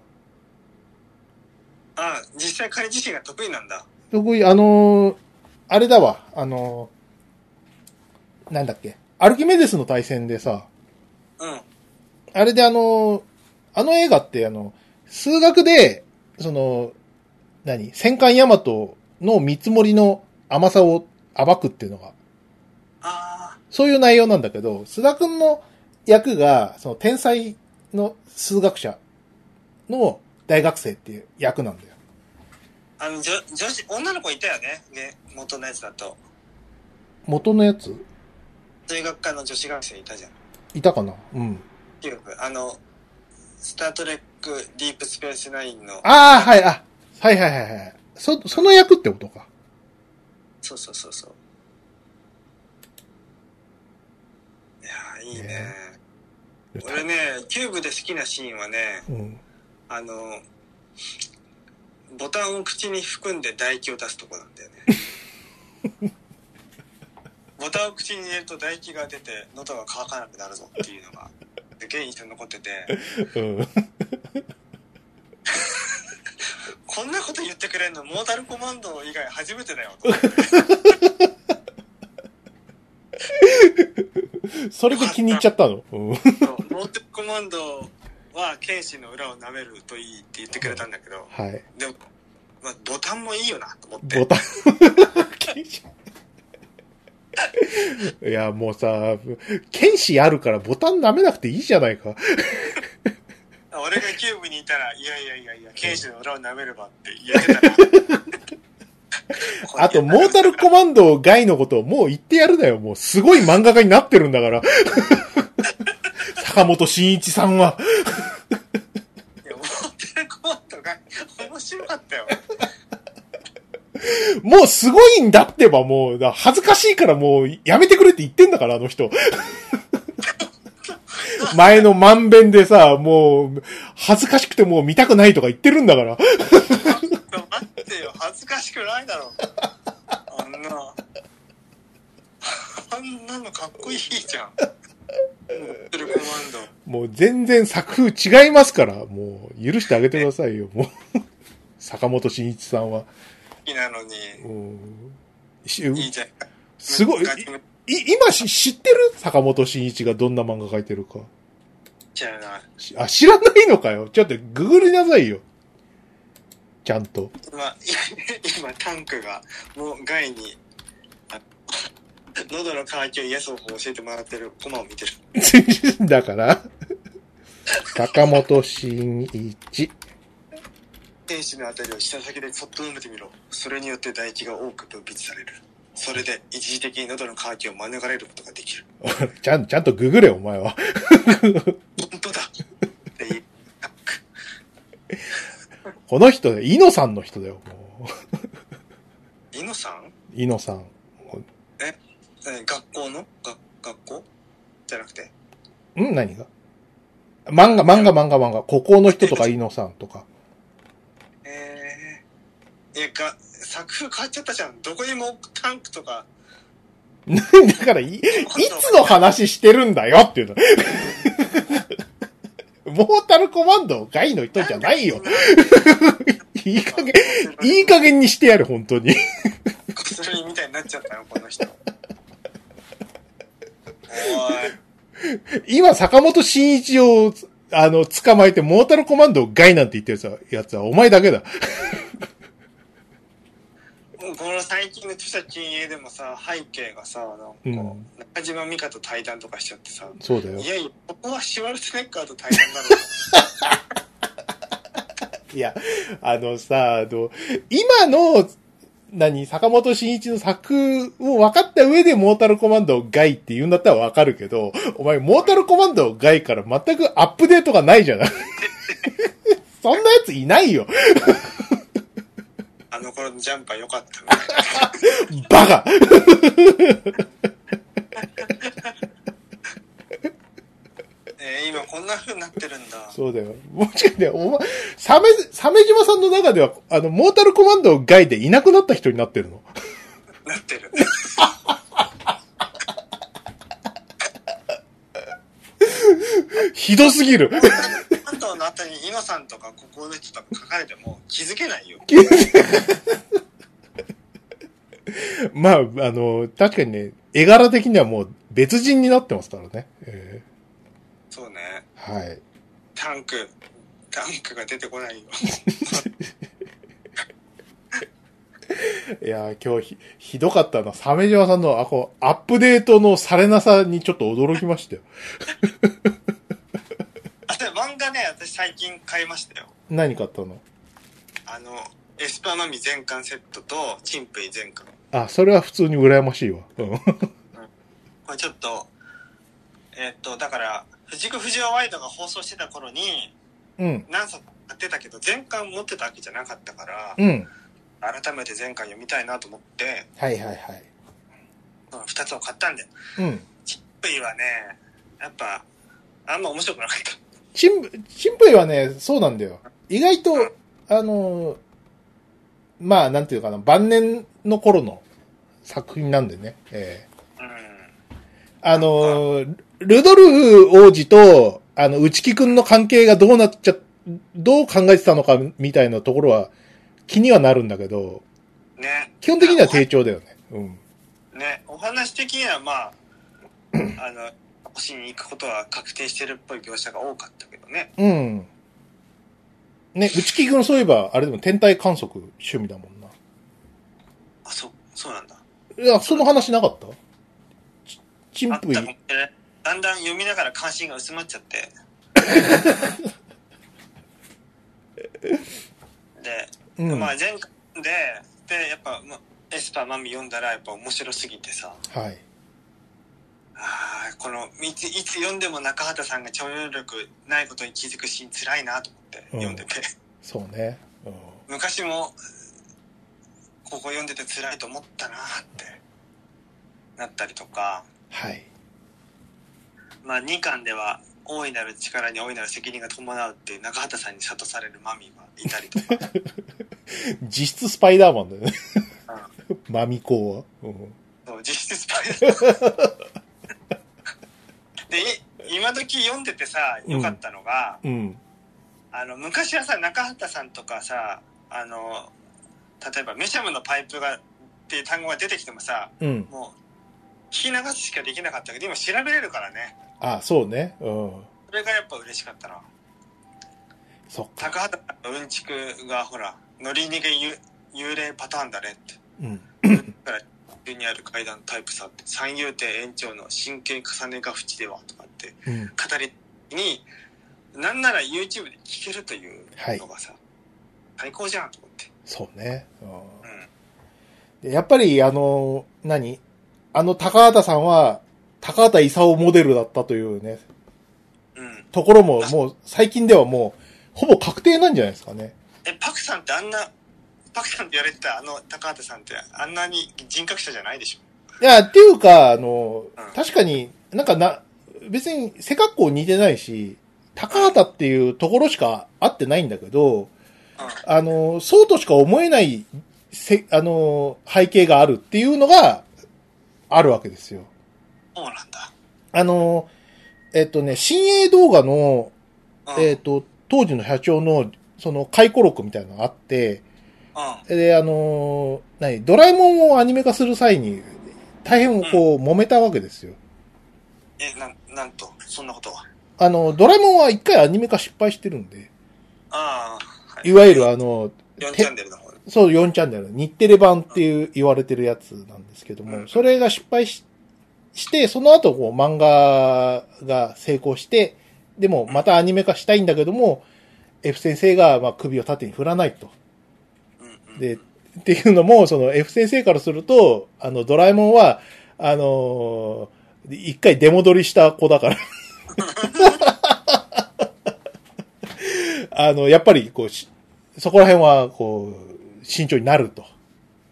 あ、実際彼自身が得意なんだ。
得意、あのーあれだわ、あのーなんだっけ、アルキメデスの対戦でさ、
うん。
あれであのーあの映画って、あの、数学で、その、何、戦艦ヤマトの見積もりの甘さを暴くっていうのが、
あ
そういう内容なんだけど、須田くんの役が、その天才の数学者の大学生っていう役なんだよ。
あ、あの、女、女子、女の子いたよね。ね、元のやつだと。
元のやつ
数学科の女子学生いたじゃん。
いたかなうん。
記憶。あの、スタートレック、ディープスペースナインの、
ああ、はい、あ、はいはいはいはい。そ、その役ってことか。
そうそうそうそう。いやー、いいね。
ね
俺ね、キューブで好きなシーンはね、
うん。
あの、ボタンを口に含んで唾液を出すとこなんだよね。ボタンを口に入れると唾液が出て、喉が乾かなくなるぞっていうのが、すげえ印象に残ってて、
うん。
こんなこと言ってくれんの、モータルコマンド以外初めてだよと思って。
それが気に入っちゃったの。うん。はい
そうモータルコマンドは剣士の裏を舐めるといいって言ってくれたんだけど、。でも、まあ、ボタンもいいよなと思って
ボ。タン。いや、もうさ、剣士あるからボタン舐めなくていいじゃないか。
俺がキューブにいたら、いやいやいやいや、剣士の裏を舐めればって言ってたら。
あと、モータルコマンド外のことをもう言ってやるなよ。もうすごい漫画家になってるんだから。坂本慎一さんは。
いやモータルコマンドが面白かったよ。
もうすごいんだってば、もう、だ恥ずかしいからもう、やめてくれって言ってんだから、あの人。前の万遍でさ、もう、恥ずかしくてもう見たくないとか言ってるんだから。
待ってよ、恥ずかしくないだろ。あんな。あんなのかっこいいじゃん。モータルコマンド。
もう全然作風違いますから、もう、許してあげてくださいよ、もう。坂本慎一さんは。
好きなのに、
うんし
いいじゃん。
すごい、い
ガチめ
今し知ってる坂本慎一がどんな漫画描いてるか。
じゃない。
しあ、知らないのかよ。ちょっとググりなさいよ。ちゃんと。
今、 今、タンクが、もう、ガイに、あ喉の渇きを癒す方法を教えてもらってるコマを見てる。
だから、坂本慎一。
天使のあたりを舌先でそっと舐めてみろ。それによって唾液が多く分泌される。それで、一時的に喉の渇きを免れることができる。
ちゃん、ちゃんとググれ、お前は。
本当だって言うタンク。
この人、イノさんの人だよ、も
イノさん
う。イノさん。
え学校のが学校じゃなくて。
ん何が漫画、漫画、漫画、漫画。孤高の人とか、イノさんとか。
えー、いや、が、作風変わっちゃったじゃん。どこにもタンクとか、
だから、い、いつの話してるんだよっていうの。 モータルコマンド外の人じゃないよ。いい加減、いい加減にしてやる、本当に。
薬みたいになっちゃったよ、この人。おい。
今、坂本慎一を、あの、捕まえて、モータルコマンドをガイなんて言ってるさやつは、お前だけだ。
もうこの最近の著者禁煙でもさ背景がさなんか、
うん
中島美嘉と対談とかしちゃってさ
そうだよ
い。やいやここはシュワルツェネッカーと対談だろ
いや、あのさ、あの、今の、何、坂本慎一の作を分かった上で、モータルコマンドをガイって言うんだったら分かるけど、お前、モータルコマンドをガイから全くアップデートがないじゃない。そんなやついないよ。
うあの頃のジャンパー良かったみたいな
バカ
ええー今こんな風になってるんだ。
そうだよ。もしかして、お前、サメ、サメ島さんの中では、あの、モータルコマンド外でいなくなった人になってるの
なってる。
ひどすぎる。
関東のあたりにイノさんとかここの人とか書かれても気づけないよ。
まあ、あの、確かにね、絵柄的にはもう別人になってますからね。え
そうね。
ーはい。
タンク、タンクが出てこないよ。
いやー、今日ひ、ひどかったな。サメ島さんの、あ、こう、アップデートのされなさにちょっと驚きましたよ。
あと漫画ね、私最近買いましたよ。
何買ったの
あの、エスパーマミ全巻セットとチンプイ全巻。
あ、それは普通に羨ましいわ。うん。
これちょっと、えーっと、だから、藤子不二雄ワイドが放送してた頃に
うん。
何冊買ってたけど、全巻持ってたわけじゃなかったから、
うん。
改めて全巻読みたいなと思って、
はいはいはい。
その2つを買ったんだよ。
うん。
チンプイはね、やっぱ、あんま面白くなかった。
チン、チンプイはね、そうなんだよ。意外と、あの、まあ、なんていうかな、晩年の頃の作品なんでね。ええ
う
あの、ルドルフ王子と、あの、内木くんの関係がどうなっちゃ、どう考えてたのかみたいなところは気にはなるんだけど、
ん。ね。
基本的には低調だよね。うん。
ね、お話的にはま あ、あの、星に行くことは確定してるっぽい描写が多かったけどね。
うん。ね、内木くんそういえば、あれでも天体観測趣味だもんな。
あ、そ、そうなんだ。
いや、その話なかったちチ
あ
ン
った
プ
か
イ
も。しれない。だんだん読みながら関心が薄まっちゃ って。で、
うん。
まあ
はい。
前回で、で、やっぱ、ま、エスパーマミ読んだらやっぱ面白すぎてさ、あーこのいつ、いつ読んでも中畑さんが超能力ないことに気づくシーン辛いなと思って読んでて。
そうね。うん
昔もここ読んでて辛いと思ったなーってなったりとか、
はい。
まあ、2巻では大いなる力に大いなる責任が伴うっていう中畑さんに諭されるマミがいたりとか
実質スパイダーマンだよね。 マミコは。うん
そう実質スパイダーマンでい今時読んでてさ良かったのが、
うん。
あの昔はさ中畑さんとかさあの例えば「メシャムのパイプが」っていう単語が出てきてもさ
うん。
もう聞き流すしかできなかったけど今調べれるからね
あ、そうね。うん。
それがやっぱ嬉しかったな。
そっか。
高畑さんのうんちくがほら、乗り逃げ幽幽霊パターンだねって。
うん。
だから、急にある階段タイプさって、三遊亭延長の真剣重ねが淵ではとかって
うん。
語りに、なんなら YouTube で聞けるというのがさ、最高じゃんと思って。
そうね。うん
うん。
でやっぱり、あの、何あの高畑さんは、高畑勲モデルだったというね、
うん、
ところも、もう、最近ではもう、ほぼ確定なんじゃないですかね。
え、パクさんってあんな、パクさんって言われてたあの高畑さんってあんなに人格者じゃないでしょ。
いや、っていうか、あの
うん、
確かに、なんかな、別に背格好似てないし、高畑っていうところしか合ってないんだけど、
うん。
あの、そうとしか思えない、せ、あの、背景があるっていうのが、あるわけですよ。
そうなんだ。
あの、えっとね、新映動画の、
うん。
えっと、当時の社長の、その、回顧録みたいなのがあって、
う
で、あの、何、ドラえもんをアニメ化する際に、大変こう、揉めたわけですよ。
ん。え、なん、なんと、そんなことは。
あの、ドラえもんは一回アニメ化失敗してるんで、
ああ、はい
いわゆるあの、
4チ
て
ャンネルの方で。
そう、4チャンネル、日テレ版っていう言われてるやつなんですけど
う
も、
ん
それが失敗しして、その後こう漫画が成功して、でもまたアニメ化したいんだけども、F 先生がまあ首を縦に振らないと。
うんうん、
で、っていうのも、その F 先生からすると、あの、ドラえもんは、あのー一回出戻りした子だから。あの、やっぱり、こうし、そこら辺は、こう、慎重になると、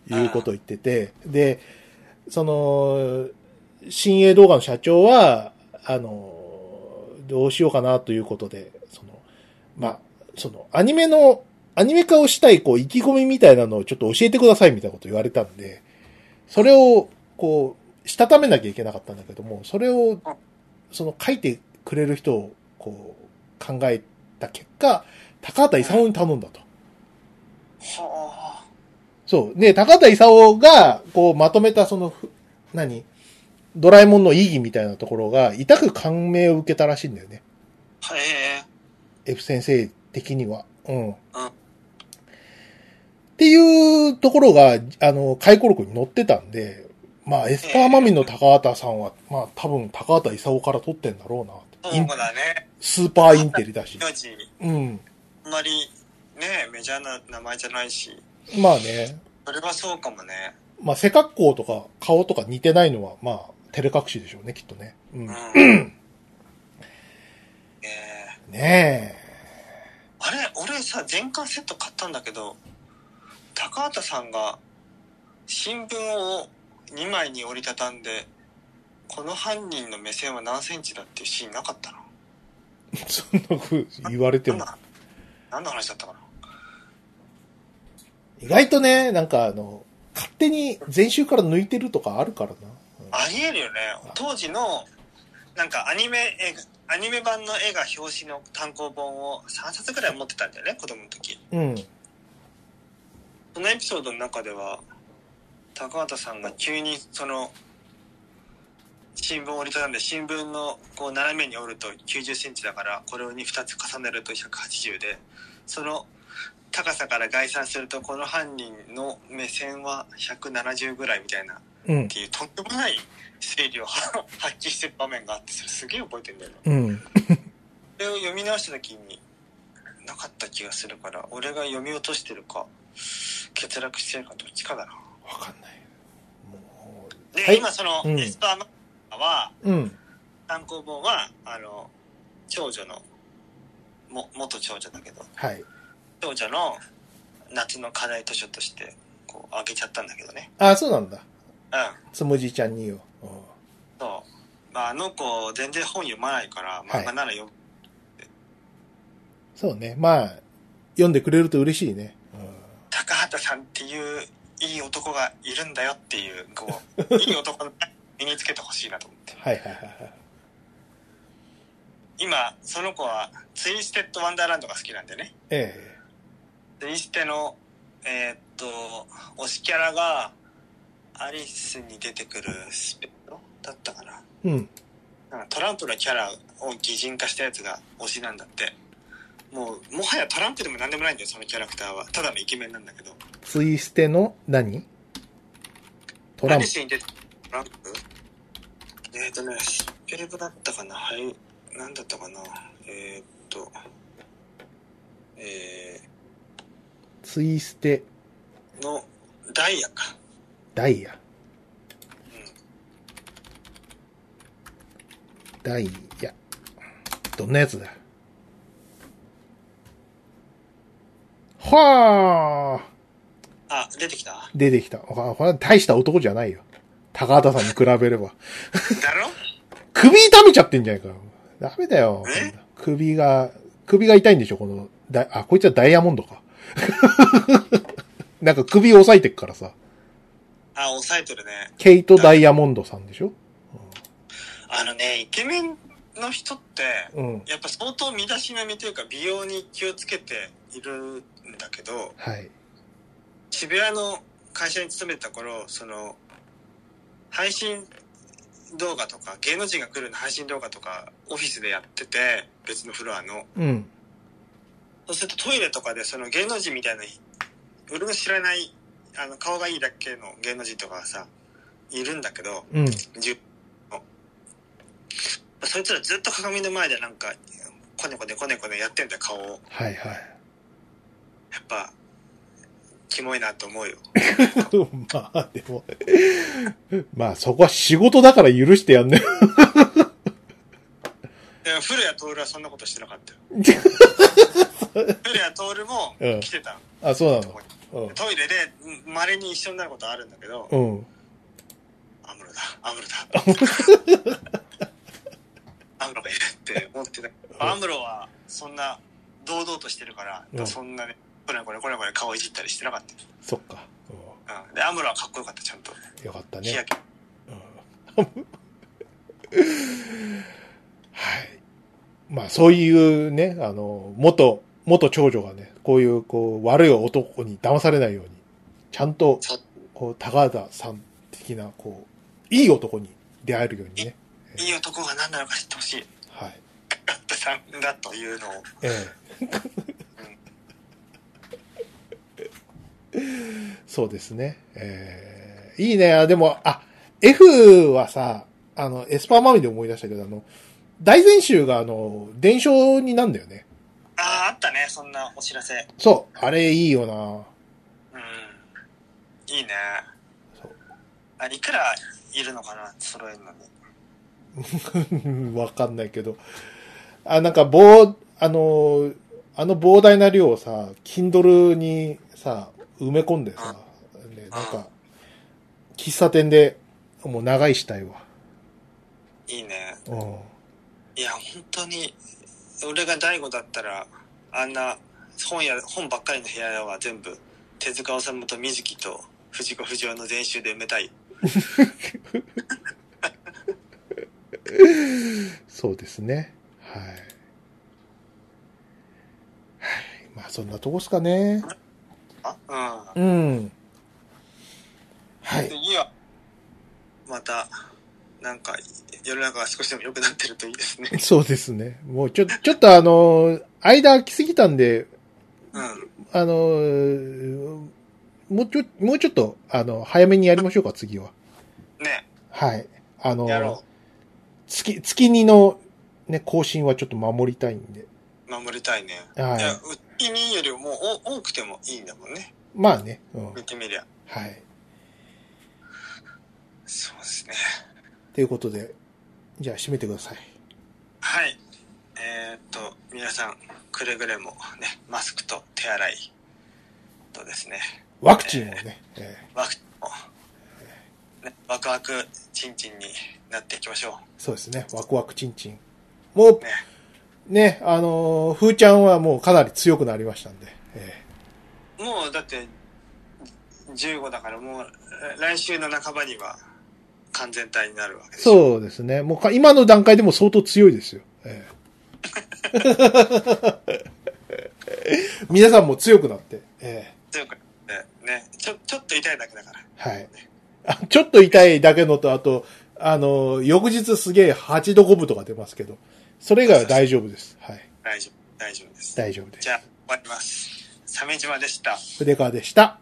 いうことを言ってて、で、その、新鋭動画の社長は、あの、どうしようかなということで、その、まあ、その、アニメの、アニメ化をしたい、こう、意気込みみたいなのをちょっと教えてくださいみたいなこと言われたんで、それを、こう、したためなきゃいけなかったんだけども、それを、その、書いてくれる人を、こう、考えた結果、高畑勲に頼んだと。
は
そう。で、高畑勲が、こう、まとめた、その、ふ何ドラえもんの意義みたいなところが、痛く感銘を受けたらしいんだよね。
あ。へ
F 先生的には。うん。っ
うん
ていうところが、あの、回顧録に載ってたんで、まあ、エスパーマミンの高畑さんは、まあ、多分高畑勲から取ってんだろう
え。
な
そ
イン
う。だね。
スーパーインテリだし。
名字、
うん。
あんまりね、メジャーな名前じゃないし、
まあね。
それはそうかもね。
まあ、背格好とか顔とか似てないのは、まあ、照れ隠しでしょうね、きっとね。うん。ね
うん。えー
え。
あれ俺さ、全巻セット買ったんだけど、高畑さんが新聞を2枚に折りたたんで、この犯人の目線は何センチだっていうシーンなかったな。
そんなふう言われて
なん
も。
だ何の話だったかな
意外とね、なんかあの、勝手に前週から抜いてるとかあるからな。うん
ありえるよね。当時の、なんかアニメ映画、アニメ版の映画表紙の単行本を3冊ぐらい持ってたんだよね、子供の時。
うん。
そのエピソードの中では、高畑さんが急にその、新聞を折りたたんで、新聞のこう斜めに折ると90センチだから、これに2つ重ねると180で、その高さから概算すると、この犯人の目線は170ぐらいみたいな
うん
っ。ていうとんでもない推理を 発揮してる場面があってそれすげえ覚えてんだよな
うん。
それを読み直した時になかった気がするから俺が読み落としてるか欠落してるかどっちかだな
わかんない。も
で、
はい
今その、
うん
エスパーマンは
う。うん。
単行本はあの長女のも元長女だけど
はい。
長女の夏の課題図書としてこうあげちゃったんだけどね
あ、そうなんだ。
うん
つむじちゃんによ。うん
そう、まあ、あの子全然本読まないから漫画なら読む
そうね。まあ、読んでくれると嬉しいね。うん
高畑さんっていういい男がいるんだよっていうこういい男の身につけてほしいなと思って
はいはいはいはい。
今その子はツイステッド・ワンダーランドが好きなんでね
え
ツイステのえーっと推しキャラがアリスに出てくるスペットだったかな
え。うん。
なんかトランプのキャラを擬人化したやつが推しなんだってもうもはやトランプでも何でもないんだよそのキャラクターはただのイケメンなんだけど
ツイステの何トラン
ア
プ
リ。スに出てトランプえっ、ー、とね、スペルブだったかなはい、なんだったかなえー、っと、え
ツイステ
ー、の、ダイヤか。
ダイヤ。ダイヤ。どんなやつだはあ
あ、出てきた
出てきた。あこれは大した男じゃないよ。高畑さんに比べれば。
だろ
首痛めちゃってんじゃないかよ。ダメだよ
え。
首が、首が痛いんでしょこの、だあ、こいつはダイヤモンドか。 なんか首押さえてっからさ。
あ、抑えてるね。
ケイト・ダイヤモンドさんでしょ
あのね、イケメンの人って、
うん。
やっぱ相当身だしなみというか美容に気をつけているんだけど、
はい。
渋谷の会社に勤めてた頃、その、配信動画とか、芸能人が来るの配信動画とか、オフィスでやってて、別のフロアの。
うん。
そうするとトイレとかで、その芸能人みたいな、俺の知らない、あの、顔がいいだけの芸能人とかがさ、いるんだけど、
うん。
じゅのそいつらずっと鏡の前でなんか、こねこねこねこねやってんだよ、顔を。
はいはい。
やっぱ、キモいなと思うよ。
まあ、でも、 まあ、そこは仕事だから許してやんね。
でも古谷徹はそんなことしてなか ったよ古谷徹も来てた、
あ、そうな
とこに
の。
トイレでまれに一緒になることあるんだけど、
うん。うん。
アムロだアムロだアムロがいるって思ってた。アムロはそんな堂々としてるから、
うん
そんなね、これこれこれこれ顔いじったりしてなかっ
そっ
た
か。
よ。うん。で、アムロはかっこよかった、ちゃんと。
うん、よかったね。
日焼け。
うんはい。まあ、そういうね、あの、元、元長女がね、こういう、こう、悪い男に騙されないように、ちゃんと、
そう
こう、高田さん的な、こう、いい男に出会えるようにね。
いい男が何なのか知ってほしい。
はい。
ガッタさんだというのを。
ええ。 そうですね。ええいいね。あでも、あ、F はさ、あの、エスパーマミで思い出したけど、あの、大全集が、あの、伝承になんだよね。
ああ、あったね、そんなお知らせ。
そう。あれ、いいよな。
うん。いいね。
そう
あいくらいるのかな、揃えるのに。
わかんないけど。あ、なんか、膨、あの、あの膨大な量をさ、Kindle にさ、埋め込んでさ、ね、なんか、喫茶店で、もう長いしたいわ。
いいね。
うん。
いや、本当に、俺が大悟だったら、あんな本や、本ばっかりの部屋は全部、手塚治虫と水木と藤子不二雄の全集で埋めたい。
そうですね。はい。はい。まあ、そんなとこっすかね。
あ
うん。は
うん。
い。
次は、また、なんか、世の中が少しでも良くなってるといいです ね。
そうですね。もう、ちょ、ちょっとあの、間空きすぎたんで、
うん。
あのー、もうちょ、もうちょっと、あの、早めにやりましょうか、次は。
ね、
はい。あの
やろ
ー、月、月2の、ね、更新はちょっと守りたいんで。
う。守りたいね。
はい
いや、うちによりももうお多くてもいいんだもんね。
まあね。うん。
見てみりゃ。
はい。
そうですね。
ということで、じゃあ、締めてください。
はい。えーっと、皆さん、くれぐれもね、マスクと手洗いとですね、
ワクチンをね。えー
ワクを、ね、ワクワクチンチンになっていきましょ
そうですね。ワクワクチンチン。もう
う。、ね。
ね、あのー、ふーちゃんはもうかなり強くなりましたんで。え
もう、だって、15だからもう、え来週の半ばには完全体になるわけ
ー
でしょ。う。
そうですね。もうか今の段階でも相当強いですよ。えー 皆さんも強くなって。え
強くねね、ちょ、ちょっと痛いだけだから。
ーはいあ。ちょっと痛いだけのと、あと、あのー、翌日すげえ8度5分とか出ますけど、それ以外は大丈夫です。はい。
大丈夫、大丈夫です。
大丈夫で
じ
す。
ゃあ、終わります。鮫島でした。
筆川でした。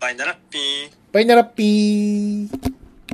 バイナラッピー。
バイナラッピー。